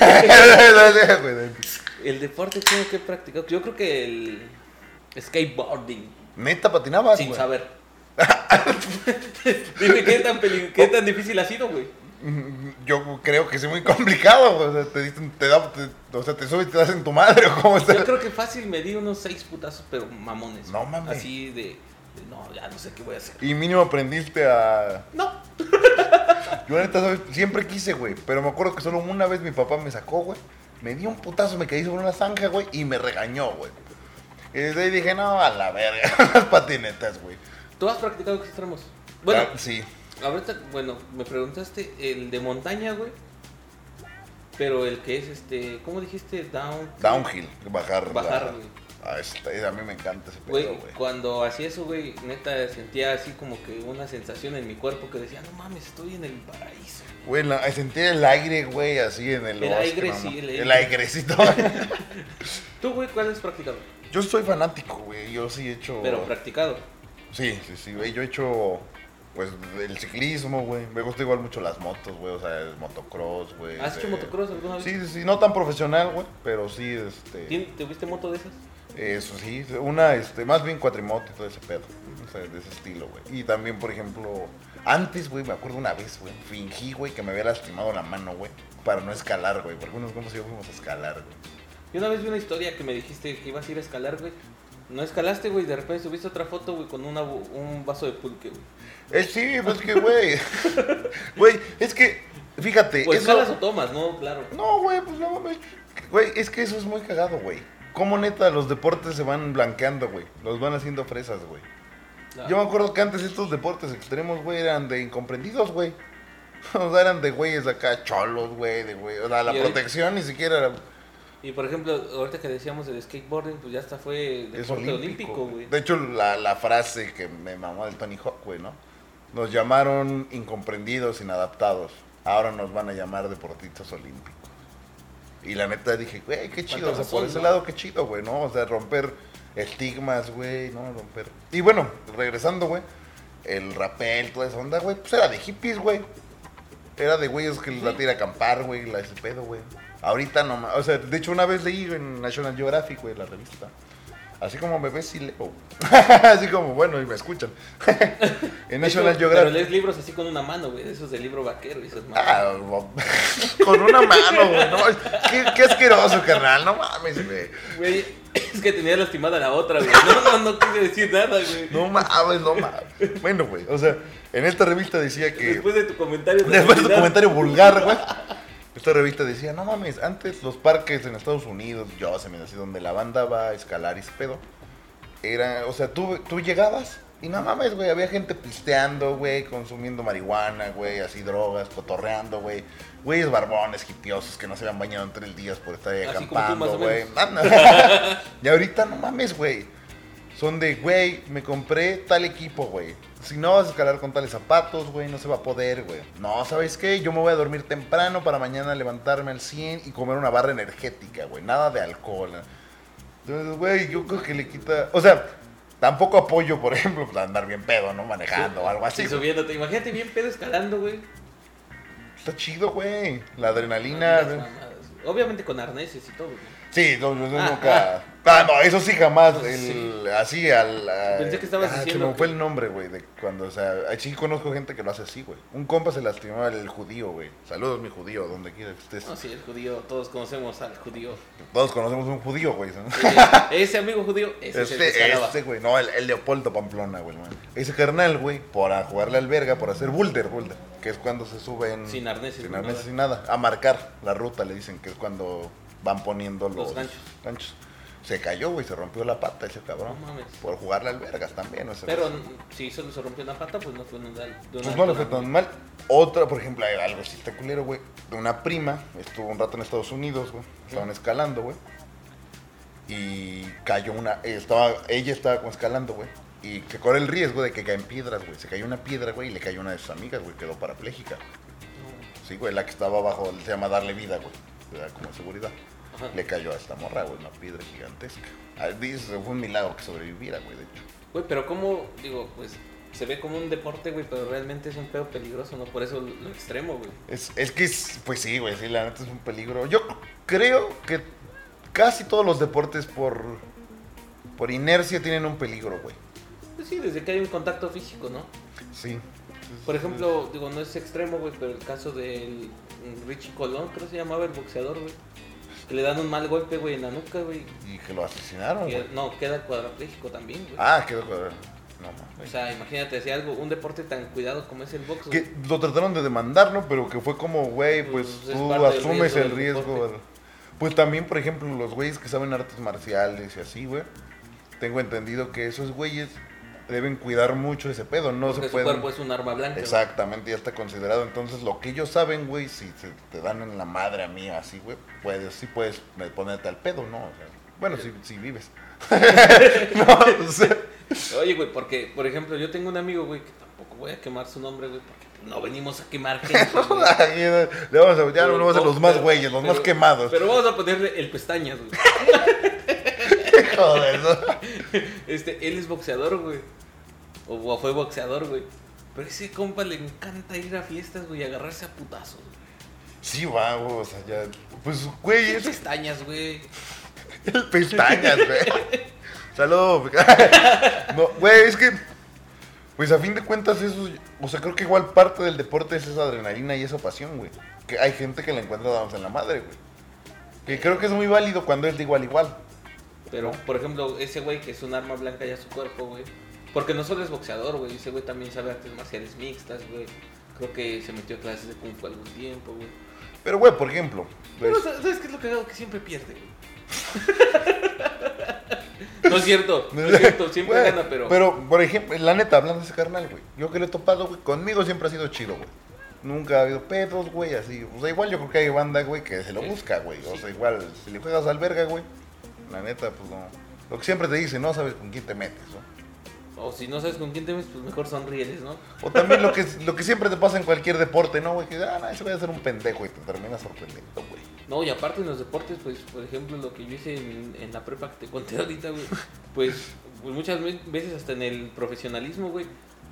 Güey,
El deporte tengo que practicar. Yo creo que el skateboarding.
Neta patinabas,
sin
güey?
saber. Dime qué tan, peli- qué tan difícil ha sido, güey.
Mm, Yo creo que es muy complicado, güey. O sea, te, dicen- te da, te- o sea, te subes y te das en tu madre, o cómo está.
Yo creo que fácil me di unos seis putazos, pero mamones.
No mames.
Así de, de, no, ya no sé qué voy a hacer.
Y mínimo aprendiste a.
No.
Yo la neta ¿sabes? siempre quise, güey. Pero me acuerdo que solo una vez mi papá me sacó, güey. Me dio un putazo, me caí sobre una zanja, güey. Y me regañó, güey. Y desde ahí dije, no, a la verga, las patinetas, güey.
¿Tú has practicado extremos? Bueno,
Ah, sí.
ahorita, bueno, me preguntaste el de montaña, güey. Pero el que es este, ¿cómo dijiste? Down.
Downhill, bajar.
Bajar,
la-
güey.
Ah, este, a mí me encanta ese pedo,
Güey,
güey.
cuando hacía eso, güey, neta sentía así como que una sensación en mi cuerpo que decía, no mames, estoy en el paraíso.
Güey, la- sentir el aire, güey, así en el.
El
bosque,
aire,
no,
sí,
no.
el
El
aire.
airecito.
¿Tú, güey, cuál has practicado?
Yo soy fanático, güey. Yo sí he hecho.
Pero practicado.
Sí, sí, sí, güey. Yo he hecho, pues, el ciclismo, güey. Me gusta igual mucho las motos, güey. O sea, el motocross, güey.
¿Has hecho
de-
motocross alguna vez?
Sí, sí, sí. No tan profesional, güey. Pero sí, este.
¿Tien- ¿Te viste moto de esas?
Eso sí, una, este, más bien cuatrimoto y todo ese pedo. O sea, de ese estilo, güey. Y también, por ejemplo, antes, güey, me acuerdo una vez, güey, fingí, güey, que me había lastimado la mano, güey, para no escalar, güey. Porque unos compas y yo fuimos a escalar, güey.
Yo una vez vi una historia que me dijiste que ibas a ir a escalar, güey. No escalaste, güey, de repente subiste otra foto, güey, con una bu- un vaso de pulque, güey.
Eh, sí, pues que, güey. Güey, es que, fíjate.
Pues
eso-
escalas o tomas, ¿no? Claro.
No, güey, pues no mames. Güey, es que eso es muy cagado, güey. Cómo neta los deportes se van blanqueando, güey. Los van haciendo fresas, güey.
Claro.
Yo me acuerdo que antes estos deportes extremos, güey, eran de incomprendidos, güey. O sea, eran de güeyes acá cholos, güey, de güey. O sea, la
Y ahorita-
protección ni siquiera era-
Y por ejemplo, ahorita que decíamos el skateboarding, pues ya hasta fue
es
deporte
olímpico.
olímpico,
güey.
güey.
De hecho, la, la frase que me mamó del Tony Hawk, güey, ¿no? Nos llamaron incomprendidos, inadaptados. Ahora nos van a llamar deportistas olímpicos. Y la neta dije, güey, qué chido. O sea, por
razón,
ese
¿no?
lado, qué chido, güey, ¿no? O sea, romper estigmas, güey, ¿no? Romper. Y bueno, regresando, güey. El rapel, toda esa onda, güey, pues era de hippies, güey. Era de güeyes que la tira a acampar, güey, la ese pedo, güey. Ahorita nomás, o sea, de hecho una vez leí en National Geographic, güey, la revista. Así como me ves y leo. así como, bueno, y me escuchan. en
De hecho,
National
Pero
Geographic.
lees libros así con una mano, güey. Eso es de libro vaquero y esas madres.
Ah, bo- con una mano, güey. No, qué, qué asqueroso, carnal. No mames, güey.
Güey, es que tenía lastimada la otra, güey. No, no, no quise decir nada, güey.
No mames, no mames. Bueno, güey, o sea, en esta revista decía que...
Después de tu comentario. de
Después de tu
realidad,
comentario vulgar, güey. Esta revista decía, no mames, antes los parques en Estados Unidos, yo se me decía, donde la banda va a escalar y ese pedo, era, o sea, tú, tú llegabas y no mames, güey, había gente pisteando, güey, consumiendo marihuana, güey, así drogas, cotorreando, güey. Güeyes barbones, hipiosos, que no se habían bañado en tres días por estar ahí
Así como tú, más
acampando,
o
güey.
menos.
Anda. y ahorita, no mames, güey. Son de, güey, me compré tal equipo, güey. Si no vas a escalar con tales zapatos, güey, no se va a poder, güey. No, ¿sabes qué? Yo me voy a dormir temprano para mañana levantarme al 100 y comer una barra energética, güey. Nada de alcohol. ¿eh?". Entonces, güey, yo creo que le quita... O sea, tampoco apoyo, por ejemplo, pues, andar bien pedo, ¿no? Manejando o algo así.
Y
güey.
subiéndote. Imagínate bien pedo escalando, güey.
Está chido, güey. La adrenalina...
Las
güey.
mamadas. Obviamente con arneses y todo, güey.
Sí, no, yo, yo
Ah,
nunca. Ah, no, eso sí jamás.
Pues
el- Así al. a-
Pensé que estabas
ah,
diciendo
Se me fue
que-
el nombre, güey. De cuando, o sea, sí conozco gente que lo hace así, güey. Un compa se lastimó el judío, güey. Saludos, mi judío, donde quiera que estés.
No, sí, el judío. Todos conocemos al judío.
Todos conocemos un judío, güey. ¿no?
Ese amigo judío, ese es el que
Este,
escalaba.
este, güey. No, el, el Leopoldo Pamplona, güey. man. Ese carnal, güey, para jugarle al verga, por hacer boulder, boulder. Que es cuando se suben.
Sin arneses,
Sin
ni
arneses,
nada.
sin nada. A marcar la ruta, le dicen, que es cuando van poniendo los,
ganchos.
ganchos. Se cayó, güey, se rompió la pata ese cabrón.
No mames.
Por jugarle al vergas también, o sea,
Pero si solo se rompió una pata, pues no fue un dal. de una
pues no le
altura
fue
muy-
tan mal. Otra, por ejemplo, hay algo así está culero, güey. De una prima, estuvo un rato en Estados Unidos, güey. Estaban escalando, güey. Y cayó una. Estaba, ella estaba como escalando, güey. Y que corre el riesgo de que caen piedras, güey. Se cayó una piedra, güey, y le cayó una de sus amigas, güey. Quedó parapléjica. Sí, güey, la que estaba abajo, se llama darle vida, güey. Era como seguridad.
Ajá.
Le cayó a esta morra, güey, una piedra gigantesca. Ah, Dice, fue un milagro que sobreviviera, güey, de hecho.
Güey, pero como, digo, pues se ve como un deporte, güey, pero realmente es un pedo peligroso, ¿no? Por eso lo lo extremo, güey.
Es, es que, es- pues sí, güey, sí, la neta es un peligro. Yo creo que casi todos los deportes por, por inercia tienen un peligro, güey.
Pues sí, desde que hay un contacto físico, ¿no?
Sí.
Por ejemplo, digo, no es extremo, güey, pero el caso del mm, Richie Colón, creo que se llamaba el boxeador, güey. Que le dan un mal golpe, güey, en la nuca, güey.
Y que lo asesinaron,
que-
Ah, güey.
No, queda cuadrapléjico también, güey.
Ah, quedó cuadrado. No,
O
mames.
sea, imagínate, hacía algo, un deporte tan cuidado como es el box, güey.
Que lo trataron de demandar, ¿no? Pero que fue como, güey, pues
Pues, es
tú
parte del
asumes
riesgo
el
del
riesgo.
deporte.
güey. Pues también, por ejemplo, los güeyes que saben artes marciales y así, güey. Tengo entendido que esos güeyes deben cuidar mucho ese pedo. No
Porque
se
su
pueden...
cuerpo es un arma blanca. güey.
Exactamente, ya está considerado. Entonces, lo que ellos saben, güey, si se te dan en la madre a mí así, güey, puedes, sí puedes me- ponerte al pedo, ¿no? O sea, bueno, si, si vives. no, o sea,
Oye, güey, porque, por ejemplo, yo tengo un amigo, güey, que tampoco voy a quemar su nombre, güey, porque no venimos a quemar gente, güey.
aquí le vamos a, ya
Pero-
vamos a los
no,
más
pero-
güeyes, los más
pero-
quemados.
Pero vamos a ponerle el pestañas, güey.
Joder, ¿no?
Este, él es boxeador, güey. O, o fue boxeador, güey. Pero ese compa le encanta ir a fiestas, güey, y agarrarse a putazos. güey.
Sí, va, güey, o sea, ya. Pues, güey,
¿Qué
es,
pestañas, güey?
El pestañas, güey. Saludos. No, güey, es que. Pues a fin de cuentas, eso. O sea, creo que igual parte del deporte es esa adrenalina y esa pasión, güey. Que hay gente que la encuentra dándose en la madre, güey. Que creo que es muy válido cuando es de igual a igual.
Pero, por ejemplo, ese güey que es un arma blanca ya su cuerpo, güey. Porque no solo es boxeador, güey. Ese güey también sabe artes marciales mixtas, güey. Creo que se metió a clases de kung fu algún tiempo, güey.
Pero, güey, por ejemplo. pues,
Pero, ¿sabes qué es lo que hago? Que siempre pierde, güey. no es cierto, no es cierto. Siempre
Güey,
gana, pero...
por ejemplo, la neta, hablando de ese carnal, güey. Yo que lo he topado, güey, conmigo siempre ha sido chido, güey. Nunca ha habido pedos, güey, así. O sea, igual yo creo que hay banda, güey, que se lo
Sí.
busca, güey. O
Sí.
sea, igual, si le juegas al verga, güey, la neta, pues no. Lo que siempre te dicen, no sabes con quién te metes, ¿no?
O si no sabes con quién te metes, pues mejor sonríes, ¿no?
O también lo que, lo que siempre te pasa en cualquier deporte, ¿no, güey? Que, ah, no, ese voy a ser un pendejo y te terminas sorprendiendo, güey.
No, y aparte en los deportes, pues, por ejemplo, lo que yo hice en, en la prepa que te conté ahorita, güey, pues, pues muchas ve- veces hasta en el profesionalismo, güey,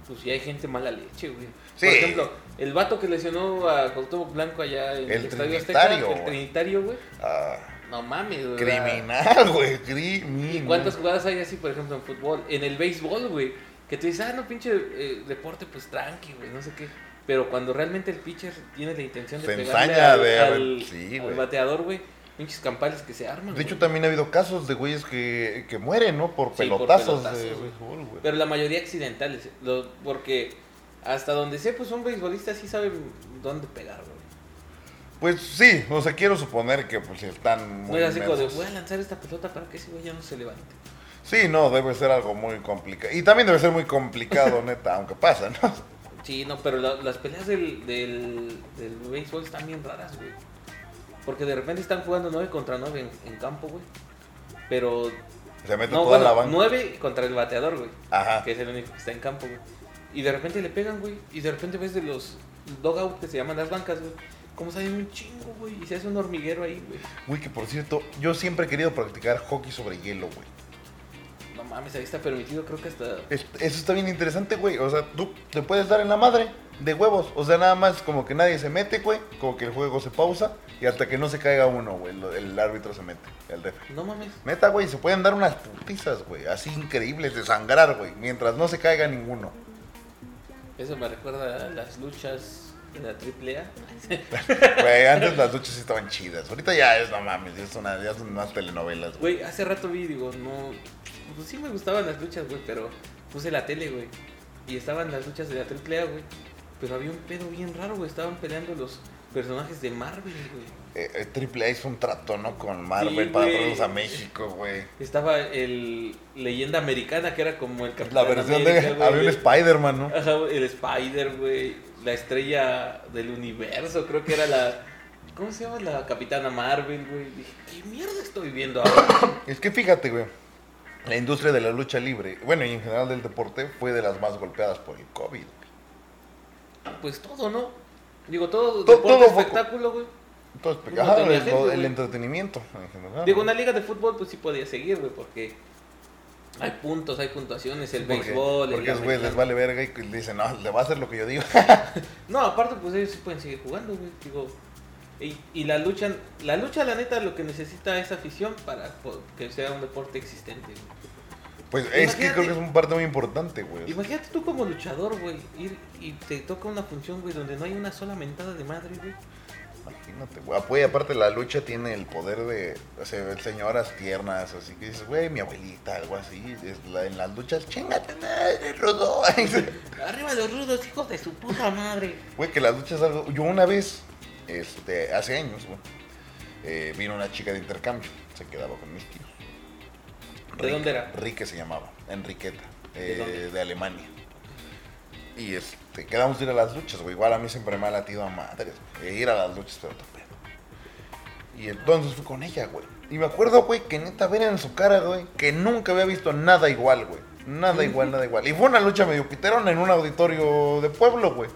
pues ya hay gente mala leche, güey.
Sí.
Por ejemplo, el vato que lesionó a Cuauhtémoc Blanco allá en
El
el, Estadio
Trinitario,
Azteca, el
güey.
Trinitario, güey,
Ah,
no mames, güey.
criminal, güey, criminal.
¿Y cuántas jugadas hay así, por ejemplo, en fútbol? En el béisbol, güey, que tú dices, ah, no, pinche eh, deporte, pues tranqui, güey, no sé qué. Pero cuando realmente el pitcher tiene la intención de
Se
pegarle
ensaña
al,
de-
al-
sí,
al
güey.
bateador, güey, pinches campales que se arman.
De
güey.
hecho, también ha habido casos de güeyes que, que mueren, ¿no? Por
Sí, por
pelotazos, de
pelotazos, güey.
béisbol, güey.
Pero la mayoría accidentales, lo- porque hasta donde sé, pues un beisbolista sí sabe dónde pegar, güey.
Pues sí, o sea, quiero suponer que pues están
No
muy
era así como de,
inmensos.
voy a lanzar esta pelota para que ese güey ya no se levante.
Sí, no, debe ser algo muy complicado. Y también debe ser muy complicado, neta, aunque pasa, ¿no?
Sí, no, pero la- las peleas del, del, del béisbol están bien raras, güey. Porque de repente están jugando 9 contra 9 en, en campo, güey. Pero.
Se mete
No,
toda
bueno,
la banca. Ah.
9 contra el bateador, güey.
Ajá.
Que es el único que está en campo, güey. Y de repente le pegan, güey. Y de repente ves de los dogouts que se llaman las bancas, güey. Como salen un chingo, güey. Y se hace un hormiguero ahí, güey.
Güey, que por cierto, yo siempre he querido practicar hockey sobre hielo, güey.
No mames, ahí está permitido, creo que hasta.
Es- Eso está bien interesante, güey. O sea, tú te puedes dar en la madre de huevos. O sea, nada más como que nadie se mete, güey. Como que el juego se pausa y hasta que no se caiga uno, güey, lo- el árbitro se mete, el ref.
No mames.
Neta, güey, se pueden dar unas putizas, güey, así increíbles de sangrar, güey, mientras no se caiga ninguno.
Eso me recuerda a las luchas de la AAA.
Güey, antes las luchas sí estaban chidas. Ahorita ya es, no mames, ya, es una- ya son unas telenovelas, güey.
Güey, hace rato vi, digo, no. Pues sí me gustaban las luchas, güey, pero puse la tele, güey. Y estaban las luchas de la AAA, güey. Pero había un pedo bien raro, güey. Estaban peleando los personajes de Marvel, güey.
Eh, eh, Triple A hizo un trato, ¿no? Con Marvel
Sí,
para
güey.
traerlos a México, güey.
Estaba el leyenda americana, que era como el
La
Capitán
versión de.
América, güey.
Había un Spider-Man, ¿no?
Ajá, güey, el Spider, güey. La estrella del universo, creo que era la. ¿Cómo se llama? La Capitana Marvel, güey. Dije, ¿qué mierda estoy viendo ahora?
Es que fíjate, güey. La industria de la lucha libre, bueno, y en general del deporte, fue de las más golpeadas por el COVID.
Pues todo, ¿no? Digo, todo,
To-
deporte,
todo fue-
espectáculo, güey.
Entonces, pues,
No
ajá,
tenía
el,
gente, güey.
el entretenimiento en general.
Digo, una liga de fútbol pues sí podía seguir, güey, porque hay puntos, hay puntuaciones, el
Porque-
béisbol,
Porque
el
es, güey, les
americano.
vale verga y dicen, no, le va a hacer lo que yo digo.
No, aparte pues ellos sí pueden seguir jugando, güey, digo. Y, y la lucha, la lucha la neta lo que necesita es afición para po- que sea un deporte existente. güey.
Pues es que
Imagínate.
creo que es un parte muy importante, güey.
Imagínate tú como luchador, güey, ir y te toca una función, güey, donde no hay una sola mentada de madre, güey.
Imagínate, güey. Apoya, aparte la lucha tiene el poder de o sea, señoras tiernas, así que dices, güey, mi abuelita, algo así. es la- en las luchas, chingate, madre, rudo.
Arriba los rudos, hijos de su puta madre.
Güey, que las luchas algo. Yo una vez, este, hace años, güey, eh, vino una chica de intercambio, se quedaba con mis tíos.
¿De dónde era?
Enrique se llamaba, Enriqueta,
¿De
eh,
dónde?
de Alemania. Y este, quedamos de ir a las luchas, güey. Igual a mí siempre me ha latido a madres, güey, ir a las luchas, pero otro pedo. Y entonces fui con ella, güey. Y me acuerdo, güey, que neta ver en su cara, güey, que nunca había visto nada igual, güey. Nada igual, nada igual. Y fue una lucha medio piterona en un auditorio de pueblo, güey.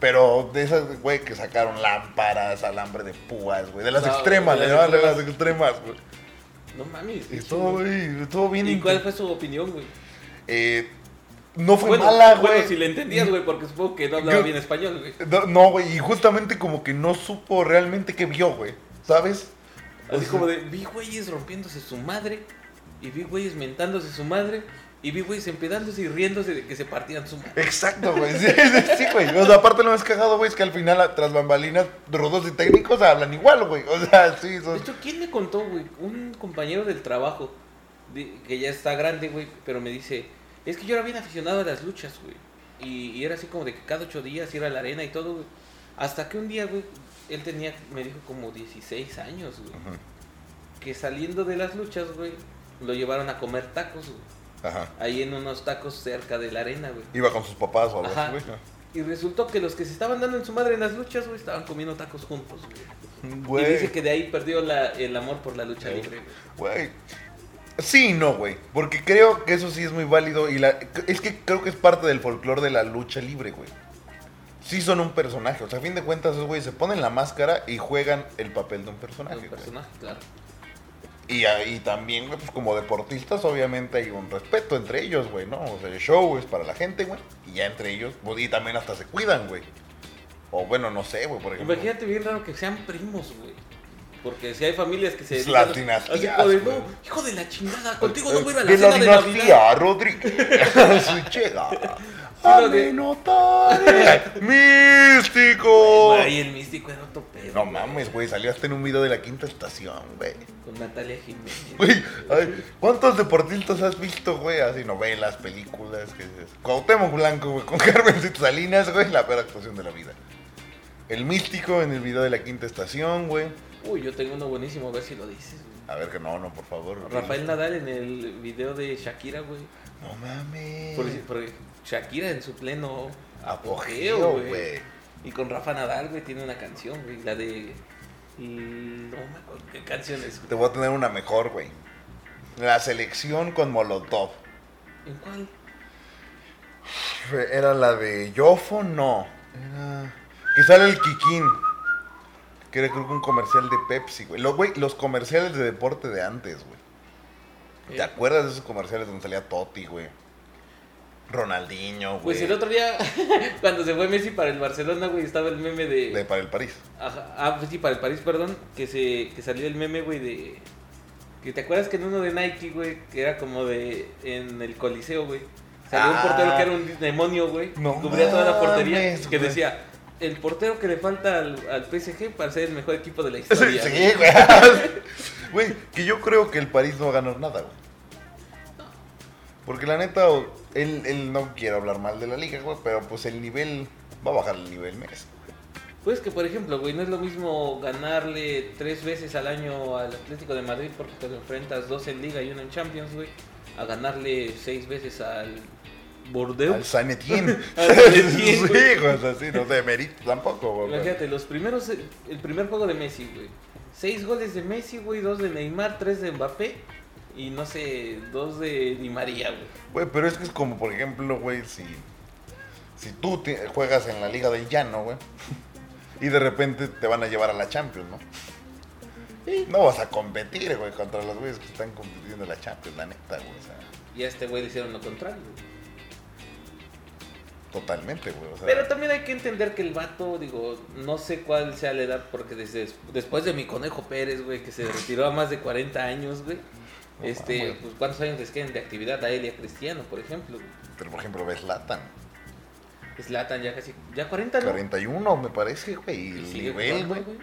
Pero de esas, güey, que sacaron lámparas, alambre de púas, güey. De las
No, güey,
extremas,
de
le
las
llamaban de las extremas, güey.
No mames. qué
Estuvo,
chido.
güey, estuvo bien.
¿Y
inter-
cuál fue su opinión, güey?
Eh, no fue
bueno,
mala, güey.
bueno, si le entendías, güey, porque supongo que no hablaba
Yo- Pues
bien español, güey.
No, No, güey, y justamente como que no supo realmente qué vio, güey. ¿Sabes?
Así como de, vi güeyes rompiéndose su madre, y vi güeyes mentándose su madre, y vi güeyes empedándose y riéndose de que se partían su madre.
Exacto, güey. Sí, sí, sí, güey. O sea, aparte lo más cagado, güey, es que al final, tras bambalinas, rudos y técnicos hablan igual, güey. O sea, sí,
De
son...
hecho, ¿quién me contó, güey? Un compañero del trabajo, de- que ya está grande, güey, pero me dice, es que yo era bien aficionado a las luchas, güey. Y, y era así como de que cada ocho días ir a la arena y todo, güey. Hasta que un día, güey, él tenía, me dijo, como 16 años, güey.
Ujú.
Que saliendo de las luchas, güey, lo llevaron a comer tacos, güey.
Ajá.
Ahí en unos tacos cerca de la arena, güey.
Iba con sus papás o algo
Ajá.
así, güey.
Y resultó que los que se estaban dando en su madre en las luchas, güey, estaban comiendo tacos juntos, güey.
Güey.
Y dice que de ahí perdió la- el amor por la lucha
Sí.
libre, güey.
Güey. Sí y no, güey. Porque creo que eso sí es muy válido. Y la... es que creo que es parte del folclore de la lucha libre, güey. Sí son un personaje. O sea, a fin de cuentas, esos güeyes se ponen la máscara y juegan el papel de un personaje.
Un
güey.
personaje, claro.
Y ahí también, güey, pues como deportistas, obviamente hay un respeto entre ellos, güey, ¿no? O sea, el show es para la gente, güey. Y ya entre ellos, pues, y también hasta se cuidan, güey. O bueno, no sé, güey, por ejemplo.
Imagínate bien raro que sean primos, güey. Porque si hay familias que se
Es
dedican-
las dinastías,
así como de,
güey.
no, hijo de la chingada, contigo no
Eh,
voy a ir a la
de la
cena de Navidad.
dinastía, Rodríguez. Su chega.
lo de-
Amenotare, eh. Místico.
Ay, el místico era otro pedo.
Oh. No
güey.
mames, güey, salió hasta en un video de la quinta estación, güey.
Con Natalia Jiménez.
Güey, ay, ¿cuántos deportistas has visto, güey? Así, novelas, películas, que dices. Cuauhtémoc Blanco, güey, con Carmencita Salinas, güey, la peor actuación de la vida. El místico en el video de la quinta estación, güey.
Uy, yo tengo uno buenísimo, a ver si lo dices, güey.
A ver que no, no, por favor. güey.
Rafael Nadal en el video de Shakira, güey.
No mames.
Por, por- Shakira en su pleno
Apogeo, güey.
Y con Rafa Nadal, güey, tiene una canción, güey. La de. mm, No me acuerdo qué canción es,
Te
güey.
voy a tener una mejor, güey. La selección con Molotov.
¿En cuál?
Era la de Yofo, no. Era. Que sale el Kikín. Que era creo que un comercial de Pepsi, güey. Los, güey, los comerciales de deporte de antes, güey. ¿Te
Eh,
acuerdas de esos comerciales donde salía Totti, güey? Ronaldinho, güey.
Pues el otro día, cuando se fue Messi para el Barcelona, güey, estaba el meme de.
De para el París.
Ajá, ah, pues sí, para el París, perdón, que se que salió el meme, güey, de. Que te acuerdas que en uno de Nike, güey, que era como de. En el Coliseo, güey. Salió
Ah.
un portero que era un demonio, güey.
No
y cubría toda la portería.
mames,
que
güey.
decía: El portero que le falta al, al PSG para ser el mejor equipo de la
Sí,
historia.
güey. Güey, que yo creo que el París no va a ganar nada, güey. Porque la neta, o- él, él no quiero hablar mal de la liga, güey, pero pues el nivel va a bajar el nivel mes.
Pues que, por ejemplo, güey, no es lo mismo ganarle tres veces al año al Atlético de Madrid porque te lo enfrentas dos en Liga y uno en Champions, güey, a ganarle seis veces al
Al
Bordeaux.
San Etienne.
Al San Etienne,
sí,
güey.
güey, o sea, sí, no sé, Merito tampoco, güey. pero-
Imagínate, los primeros, eh, el primer juego de Messi, güey. Seis goles de Messi, güey, dos de Neymar, tres de Mbappé y no sé, dos de Di María, güey.
Güey, pero es que es como, por ejemplo, güey, si, si tú te- juegas en la Liga del Llano, güey, y de repente te van a llevar a la Champions, ¿no? No vas a competir, güey, contra los güeyes que están compitiendo en la Champions, la neta, güey, o sea,
Y a este güey le hicieron lo contrario. güey.
totalmente, güey, o sea.
Pero también hay que entender que el vato, digo, no sé cuál sea la edad, porque desde después de mi conejo Pérez, güey, que se retiró a más de 40 años, güey.
No
Este,
mames.
pues cuántos años les quedan de actividad a él y a Cristiano, por ejemplo.
Pero, por ejemplo, ves Latan,
Slatan ya casi, ya 40, ¿no?
41, me parece, güey, y
Y
el
sigue
nivel,
jugando,
güey.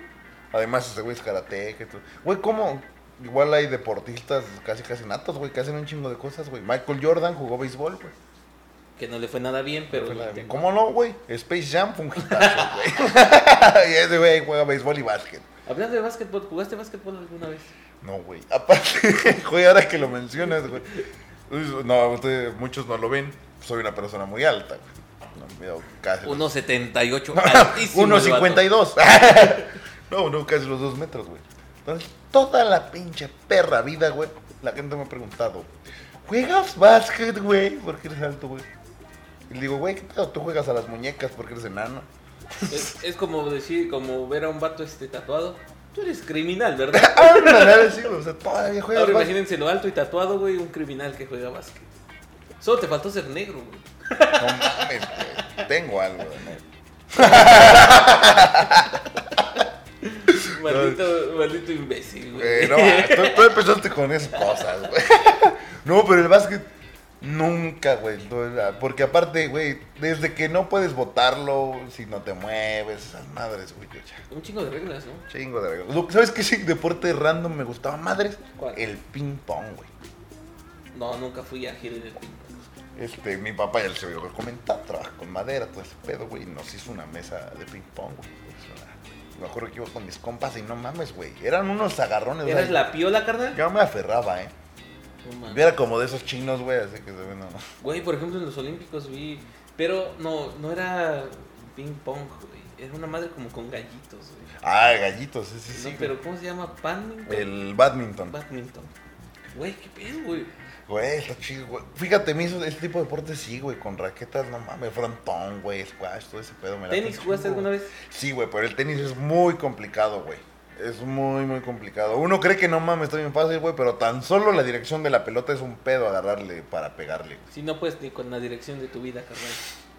Además, ese güey es karateca y todo. Güey, ¿cómo? Igual hay deportistas casi casi natos, güey, que hacen un chingo de cosas, güey. Michael Jordan jugó béisbol, güey.
Que no le fue nada bien, pero.
Fue la de- ¿Cómo no, güey? Space Jam fue un hitazo, güey. y ese güey juega béisbol y básquet.
Hablando de básquetbol, ¿jugaste básquetbol alguna vez?
No, güey. Aparte, güey, ahora que lo mencionas, güey. Uy, No, ustedes- muchos no lo ven. Soy una persona muy alta, güey. No, mido casi. los-
1.78, altísimo. el vato.
1.52. no, no, casi los dos metros, güey. Entonces, toda la pinche perra vida, güey. La gente me ha preguntado, ¿juegas básquet, güey? ¿Por qué eres alto, güey? Y le digo, güey, ¿qué pedo? ¿Tú juegas a las muñecas porque eres enano?
Es, es como decir, como ver a un vato este tatuado. Tú eres criminal, ¿verdad?
Ah, no, no, sí, güey, o sea, todavía juegas
Ahora
básquet.
imagínense lo alto y tatuado, güey, un criminal que juega básquet. Solo te faltó ser negro, güey.
No mames, güey. Tengo algo, ¿no?
Maldito, maldito imbécil, güey.
Güey, no, tú, tú empezaste con esas cosas, güey. No, pero el básquet nunca, güey. no era- Porque aparte, güey, desde que no puedes votarlo, si no te mueves, esas madres, güey, yo ya.
Un chingo de reglas, ¿no?
Chingo de reglas. Lo- ¿Sabes qué sí, deporte random me gustaba madres?
¿Cuál?
El ping pong, güey.
No, nunca fui ágil en el ping pong.
Este, mi papá ya se lo había comentado, trabaja con madera, todo ese pedo, güey. y Nos hizo una mesa de ping pong, güey. Es una- Me acuerdo que iba con mis compas y no mames, güey. Eran unos agarrones, o sea,
¿Eras la piola, carnal?
Yo me aferraba, eh.
No mames.
Yo era como de esos chinos, güey, así que se ven, no.
Güey, por ejemplo, en los Olímpicos vi. Pero no, no era ping pong, güey. Era una madre como con gallitos, güey.
Ah, gallitos, sí, sí, sí.
no, pero ¿cómo se llama? Pan.
El badminton.
Badminton. Güey, qué pedo, güey.
Güey, está chido, güey. Fíjate, me hizo este tipo de deportes, sí, güey, con raquetas, no mames, frontón, güey, squash, todo ese pedo. Me late
¿Tenis
un
jugaste
chingo,
alguna
güey.
vez?
Sí, güey, pero el tenis es muy complicado, güey. Es muy, muy complicado. Uno cree que no mames, está bien fácil, güey, pero tan solo la dirección de la pelota es un pedo agarrarle para pegarle.
Si no puedes ni con la dirección de tu vida, carnal.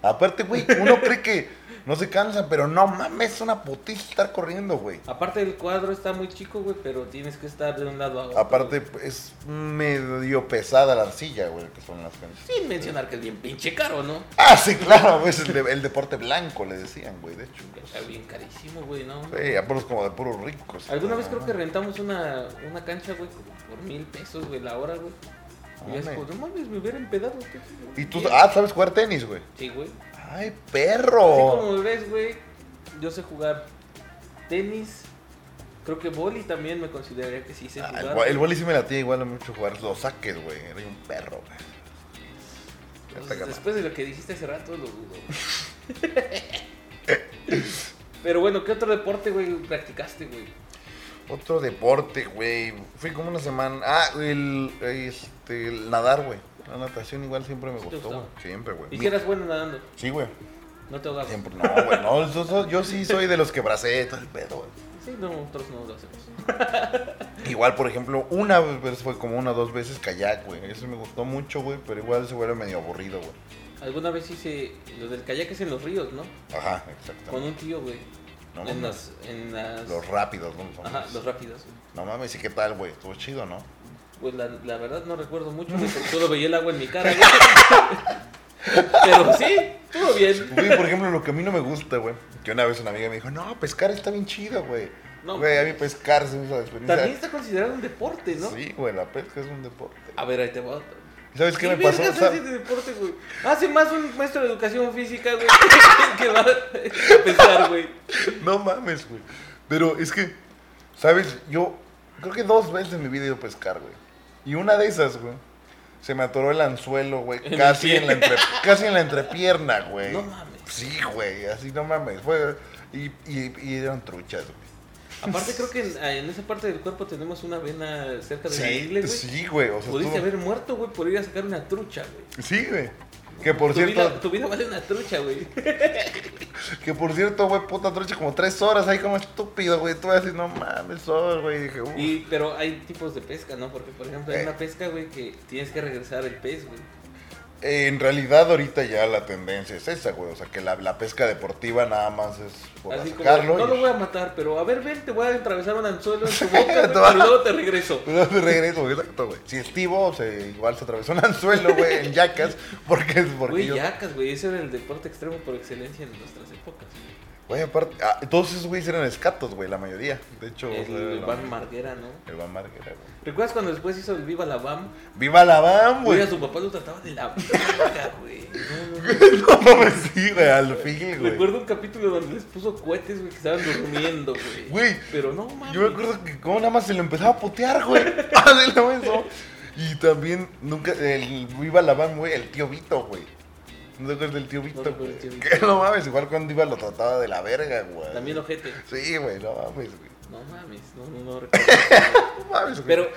Aparte, güey, uno cree que no se cansa, pero no mames, es una putiza estar corriendo, güey.
Aparte el cuadro está muy chico, güey, pero tienes que estar de un lado a otro.
Aparte, es medio pesada la arcilla, güey, que son las canchas.
Sin mencionar que es bien pinche caro, ¿no?
Ah, sí, claro, güey, es el, de- el deporte blanco, le decían, güey, de hecho.
Está bien carísimo, güey, ¿no?
Sí, Ah. a puros como de puros ricos.
Alguna
No,
vez
no,
creo
no.
que rentamos una, una cancha, güey, como por mil pesos, güey, la hora, güey. Y es
Hombre.
como, no mames, me hubieran pedado.
Y tú, ah, ¿sabes jugar tenis, güey?
Sí, güey. Así
Ay, perro.
como ves, güey, yo sé jugar tenis. Creo que boli también me consideraría que sí sé
Ah,
jugar.
el, bo- el boli sí me latía igual a mucho jugar los saques, güey. Era un perro, güey. Ya está
Entonces,
acabado.
después de lo que dijiste hace rato, lo dudo. Pero bueno, ¿qué otro deporte, güey, practicaste, güey?
Otro deporte, güey. Fui como una semana. Ah, el, este, el nadar, güey. La natación igual siempre me
¿Sí te
gustó,
gustaba?
güey. Siempre, güey.
Y
Pues, Mi-
si eras bueno nadando,
Sí, güey.
no te ahogabas.
Siempre, no, güey. No, yo, yo- yo sí soy de los que bracé, todo el pedo, güey.
Sí, nosotros no lo hacemos.
Igual, por ejemplo, una vez fue como una o dos veces kayak, güey. Eso me gustó mucho, güey, pero igual se vuelve medio aburrido, güey.
Alguna vez hice lo del kayak es en los ríos, ¿no?
Ajá,
Con
exactamente.
un tío, güey.
No
en,
mames.
las, en las.
Los rápidos, ¿no? Son
Ajá,
los-
los rápidos.
No mames, ¿y qué tal, güey? Estuvo chido, ¿no?
Pues la, la verdad no recuerdo mucho, güey, porque solo veía el agua en mi cara, güey. Pero sí, estuvo bien.
Güey, por ejemplo, lo que a mí no me gusta, güey. Que una vez una amiga me dijo, no, pescar está bien chido, güey.
No.
Güey, a mí pescar se me hizo la experiencia.
También está considerado un deporte, ¿no?
Sí, güey, la pesca es un deporte.
A ver, ahí te va otro.
¿Y ¿Sabes qué
¿Qué
me pasó?
vergas
¿Sabes?
hace de deporte, güey? Hace más un maestro de educación física, güey, que va a pesar, güey.
No mames, güey. Pero es que, ¿sabes? Yo creo que dos veces en mi vida he ido a pescar, güey. Y una de esas, güey, se me atoró el anzuelo, güey.
En el
Casi
pie.
en, la entre- casi en la entrepierna, güey.
No mames.
Sí, güey, así no mames. Fue, y, y, y eran truchas, güey.
Aparte, creo que en, en esa parte del cuerpo tenemos una vena cerca de la ingle, güey.
sí, güey. O sea,
Pudiste
estuvo-
haber muerto, güey, por ir a sacar una trucha, güey.
Sí, güey. Que por
Tu,
cierto,
vida, tu vida vale una trucha, güey.
que por cierto, güey, puta trucha, como tres horas ahí como estúpido, güey. Tú así, no mames, sol, güey. Y dije, uff.
Y, pero hay tipos de pesca, ¿no? Porque, por ejemplo, hay
Eh.
una pesca, güey, que tienes que regresar el pez, güey.
En realidad ahorita ya la tendencia es esa, güey. O sea, que la, la pesca deportiva nada más es por
Así como,
sacarlo.
no
y-
lo voy a matar, pero a ver, ven, te voy a atravesar un anzuelo en tu boca, güey,
Te va-
pero luego te regreso.
Pero pues, de regreso, güey, exacto, güey. Si estivo, se, igual se atravesó un anzuelo, güey, en yacas, porque es porque
Güey,
yo...
yacas, güey, ese era el deporte extremo por excelencia en nuestras épocas.
Güey, aparte, ah, todos esos güeyes eran escatos, güey, la mayoría. De hecho, o sea,
El
la-
Van Marguera, ¿no?
El Van Marguera, güey.
¿Recuerdas cuando después hizo el Viva la Bam?
¡Viva la BAM,
Güey,
Ah, güey!
a su papá lo trataba de la verga, güey. No, no, no.
no mames, sí, güey, al fin, güey.
Recuerdo un capítulo donde les puso cohetes, güey, que estaban durmiendo, güey.
Güey,
Pero no, mames.
Yo me acuerdo que como nada más se lo empezaba a putear, güey. Ah, Así lo hizo. Y también nunca, el Viva la van, güey, el tío Vito, güey. ¿No te acuerdas del tío Vito?
acuerdo
güey?
del tío Vito.
que no mames, igual cuando iba lo trataba de la verga, güey.
También ojete.
Sí, güey, no mames, güey.
No mames, no, no, no recuerdo.
No mames, güey.
Pero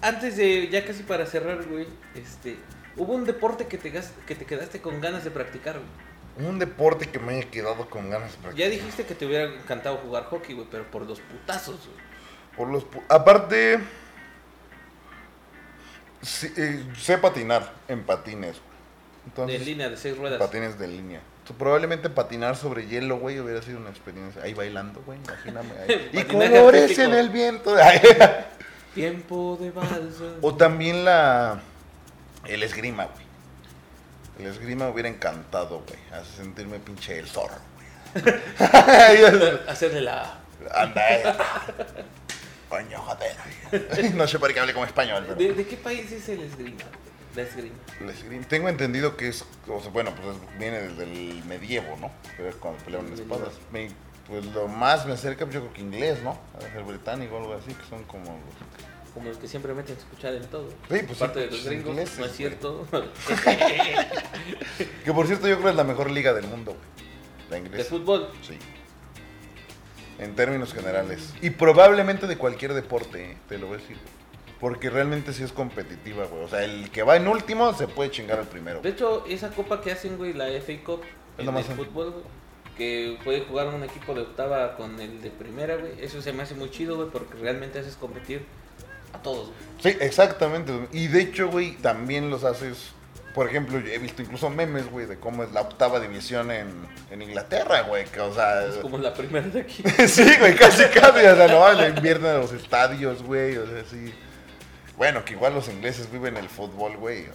antes de, ya casi para cerrar, güey, este, hubo un deporte que te, gas- que te quedaste con ganas de practicar, güey.
Un deporte que me haya quedado con ganas de practicar.
Ya dijiste que te hubiera encantado jugar hockey, güey, pero por los putazos, güey.
Por los pu- Aparte, sí, eh, sé patinar en patines, güey.
De línea, de seis ruedas.
patines de línea. So, Probablemente patinar sobre hielo, güey, hubiera sido una experiencia. Ahí bailando, güey, imagíname. ahí. y
Patinaje
colores
artístico.
en el viento.
Tiempo de balsa.
o también la. El esgrima, güey. El esgrima me hubiera encantado, güey. Hace sentirme pinche el zorro, güey.
Hacerle la.
Anda, eh. Coño, joder. no sé por qué hablé como español, pero.
¿De, de qué país es el esgrima? La esgrima.
El esgrima. Tengo entendido que es, o sea, bueno, pues es- viene desde el medievo, ¿no? Que es cuando pelearon las espadas. Me- pues lo más me acerca, yo creo que inglés, ¿no? El británico o algo así, que son como los...
Como los que siempre meten a escuchar en todo.
Sí, pues sí,
Parte de
pues,
los gringos,
ingleses,
no es
güey.
cierto.
Que por cierto yo creo es la mejor liga del mundo, güey. La
de
inglesa.
fútbol.
Sí. En términos generales. Y probablemente de cualquier deporte, ¿eh? te lo voy a decir. güey. Porque realmente sí es competitiva, güey. O sea, el que va en último se puede chingar al primero.
De
güey.
hecho, esa copa que hacen, güey, la FA Cup
la
en el
más-
fútbol, güey, que puede jugar un equipo de octava con el de primera, güey. Eso se me hace muy chido, güey, porque realmente haces competir a todos, güey.
Sí, exactamente. güey. Y de hecho, güey, también los haces. Por ejemplo, yo he visto incluso memes, güey, de cómo es la octava división en, en Inglaterra, güey. Que, o sea.
Es como la primera de aquí.
sí, güey, casi, casi. O sea, no le invierten a los estadios, güey. O sea, sí. Bueno, que igual los ingleses viven el fútbol, güey.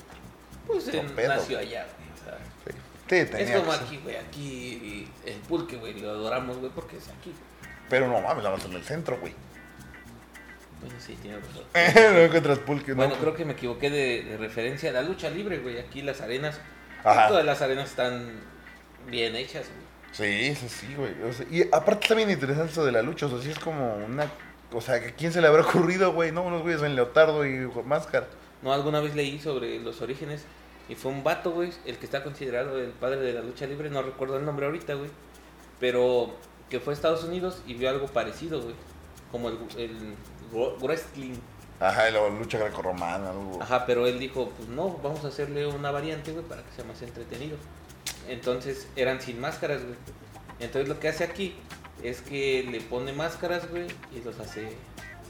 Pues en-
Con pedo.
nació allá, güey. o sea,
Sí, sí
es
tenía
como
que ser.
aquí, güey. Aquí el pulque, güey, lo adoramos, güey, porque es aquí. güey.
Pero no mames, la en el centro, güey.
Bueno, sí, tiene razón.
no encuentras pulque,
Bueno,
Eh, no.
creo que me equivoqué de, de referencia a la lucha libre, güey. Aquí las arenas,
Ajá.
todas las arenas están bien hechas, güey.
Sí, sí, sí, güey. O sea, y aparte está bien interesante eso de la lucha. O sea, sí es como una. O sea, ¿a quién se le habrá ocurrido, güey? No, unos güeyes en leotardo y con máscara.
No, alguna vez leí sobre los orígenes y fue un vato, güey, el que está considerado el padre de la lucha libre, no recuerdo el nombre ahorita, güey, pero que fue a Estados Unidos y vio algo parecido, güey, como el, el gro- wrestling.
Ajá, y luego lucha grecorromana, algo.
Ajá, pero él dijo, pues no, vamos a hacerle una variante, güey, para que sea más entretenido. Entonces eran sin máscaras, güey. Entonces lo que hace aquí es que le pone máscaras, güey, y los hace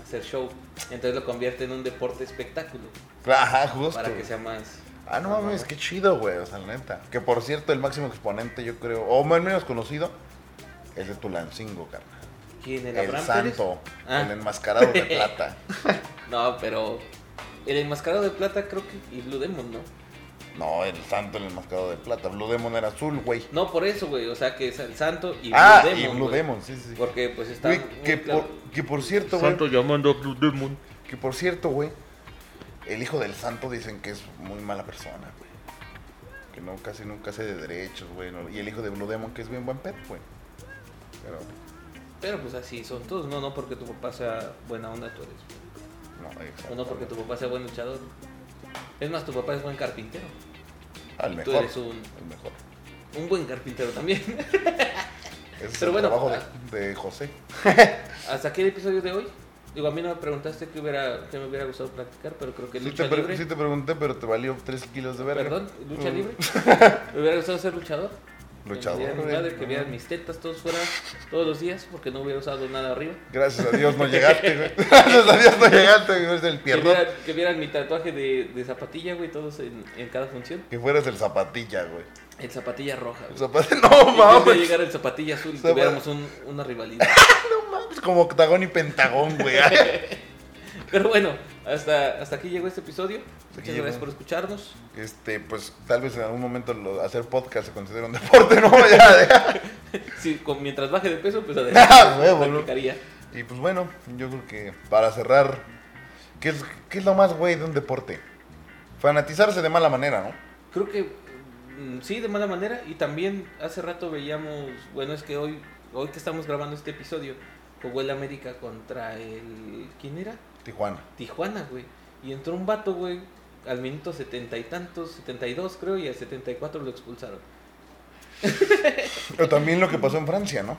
hacer show. Entonces lo convierte en un deporte espectáculo,
Ajá, justo.
para que
güey.
sea más...
Ah, no
más
mames,
mamón.
qué chido, güey. O sea, la neta. Que por cierto, el máximo exponente, yo creo, o más o menos conocido, es de Tulancingo, carnal.
¿Quién
El,
era Abraham
santo,
Pérez? Ah.
el enmascarado de plata.
No, pero el enmascarado de plata creo que y Blue Demon, ¿no?
No, el santo, el enmascarado de plata. Blue Demon era azul, güey.
No, por eso, güey, o sea que es el santo y
ah,
Blue Demon.
y Blue
güey.
Demon, sí, sí. sí.
Porque pues está
Güey,
muy
que,
claro.
por, que por cierto, güey.
llamando a Blue Demon.
Que por cierto, güey. El hijo del santo dicen que es muy mala persona, güey. Que no, casi nunca hace de derechos, güey. no- Y el hijo de Blue Demon que es bien buen pet, güey. Pero,
Pero pues así son todos, no, no porque tu papá sea buena onda tú eres. güey.
no, exacto.
O no porque tu papá sea buen luchador. Es más, tu papá es buen carpintero.
Al
Tú
mejor.
eres un,
al mejor.
un buen carpintero también.
Ese es
Pero
el
bueno, ah,
trabajo de, de José.
Hasta aquí el episodio de hoy. Digo, a mí no me preguntaste qué, hubiera, qué me hubiera gustado practicar, pero creo que
Sí
lucha
te, pre-
libre.
sí te pregunté, pero te valió 3 kilos de verga.
Perdón, lucha
Mm.
libre. Me hubiera gustado ser luchador.
Luchador,
Que me vieran mi
güey.
madre, que vieran mis tetas todos fuera todos los días porque no hubiera usado nada arriba.
Gracias a Dios no llegaste, güey. Gracias a Dios no llegaste, güey. Eres el
Que
pierdón.
vieran, que vieran mi tatuaje de, de zapatilla, güey, todos en, en cada función.
Que fueras el zapatilla, güey.
El zapatilla roja.
El
güey.
zapatilla- No
Y que un día
mames.
llegara el zapatilla azul y
Zapa-
tuviéramos un- una rivalidad.
No mames. Como octagón y pentagón, güey.
Pero bueno, hasta, hasta aquí llegó este episodio.
Hasta aquí
Muchas gracias
llegó.
por escucharnos.
Este, pues tal vez en algún momento lo- hacer podcast se considera un deporte, ¿no? Ya, deja.
Si, con, mientras baje de peso, pues adelante.
Huevo, ¿no?
practicaría.
Y pues bueno, yo creo que para cerrar, ¿qué es, qué es lo más güey de un deporte? Fanatizarse de mala manera, ¿no?
Creo que mm, sí, de mala manera. Y también hace rato veíamos, bueno, es que hoy, hoy que estamos grabando este episodio, jugó el América contra el... ¿Quién era?
Tijuana.
Tijuana, güey. Y entró un vato, güey, al minuto setenta y tantos, 72 creo, y al 74 lo expulsaron.
Pero también lo que pasó en Francia, ¿no?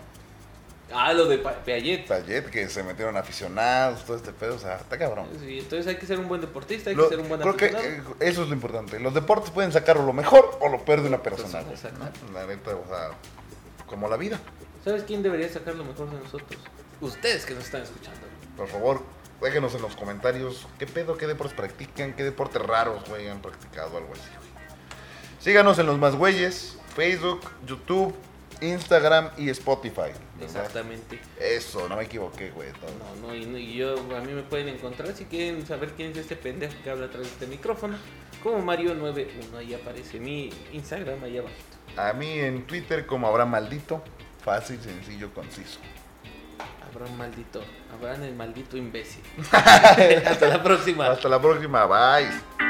Ah, lo de Pa- Payet.
Tallet, que se metieron aficionados, todo este pedo, o sea, está cabrón.
Sí, entonces hay que ser un buen deportista, hay
Lo-
que ser un buen
creo que
aficionado.
eh, eso es lo importante. Los deportes pueden sacar o lo mejor o lo peor de una persona.
Persona,
güey, ¿no?
exacto.
La neta, o sea, como la vida.
¿Sabes quién debería sacar lo mejor de nosotros? Ustedes que nos están escuchando.
Por favor, déjenos en los comentarios qué pedo, qué deportes practican, qué deportes raros, güey, han practicado, algo así, güey. Síganos en los más güeyes, Facebook, YouTube, Instagram y Spotify. ¿verdad?
Exactamente.
Eso, no me equivoqué, güey. todo.
No, no, y, no- y yo, a mí me pueden encontrar si quieren saber quién es este pendejo que habla atrás de este micrófono. Como Mario91, ahí aparece mi Instagram, ahí abajo.
A mí en Twitter como habrá maldito, fácil, sencillo, conciso.
Habrán maldito, habrán el maldito imbécil. Hasta la próxima.
Hasta la próxima, bye.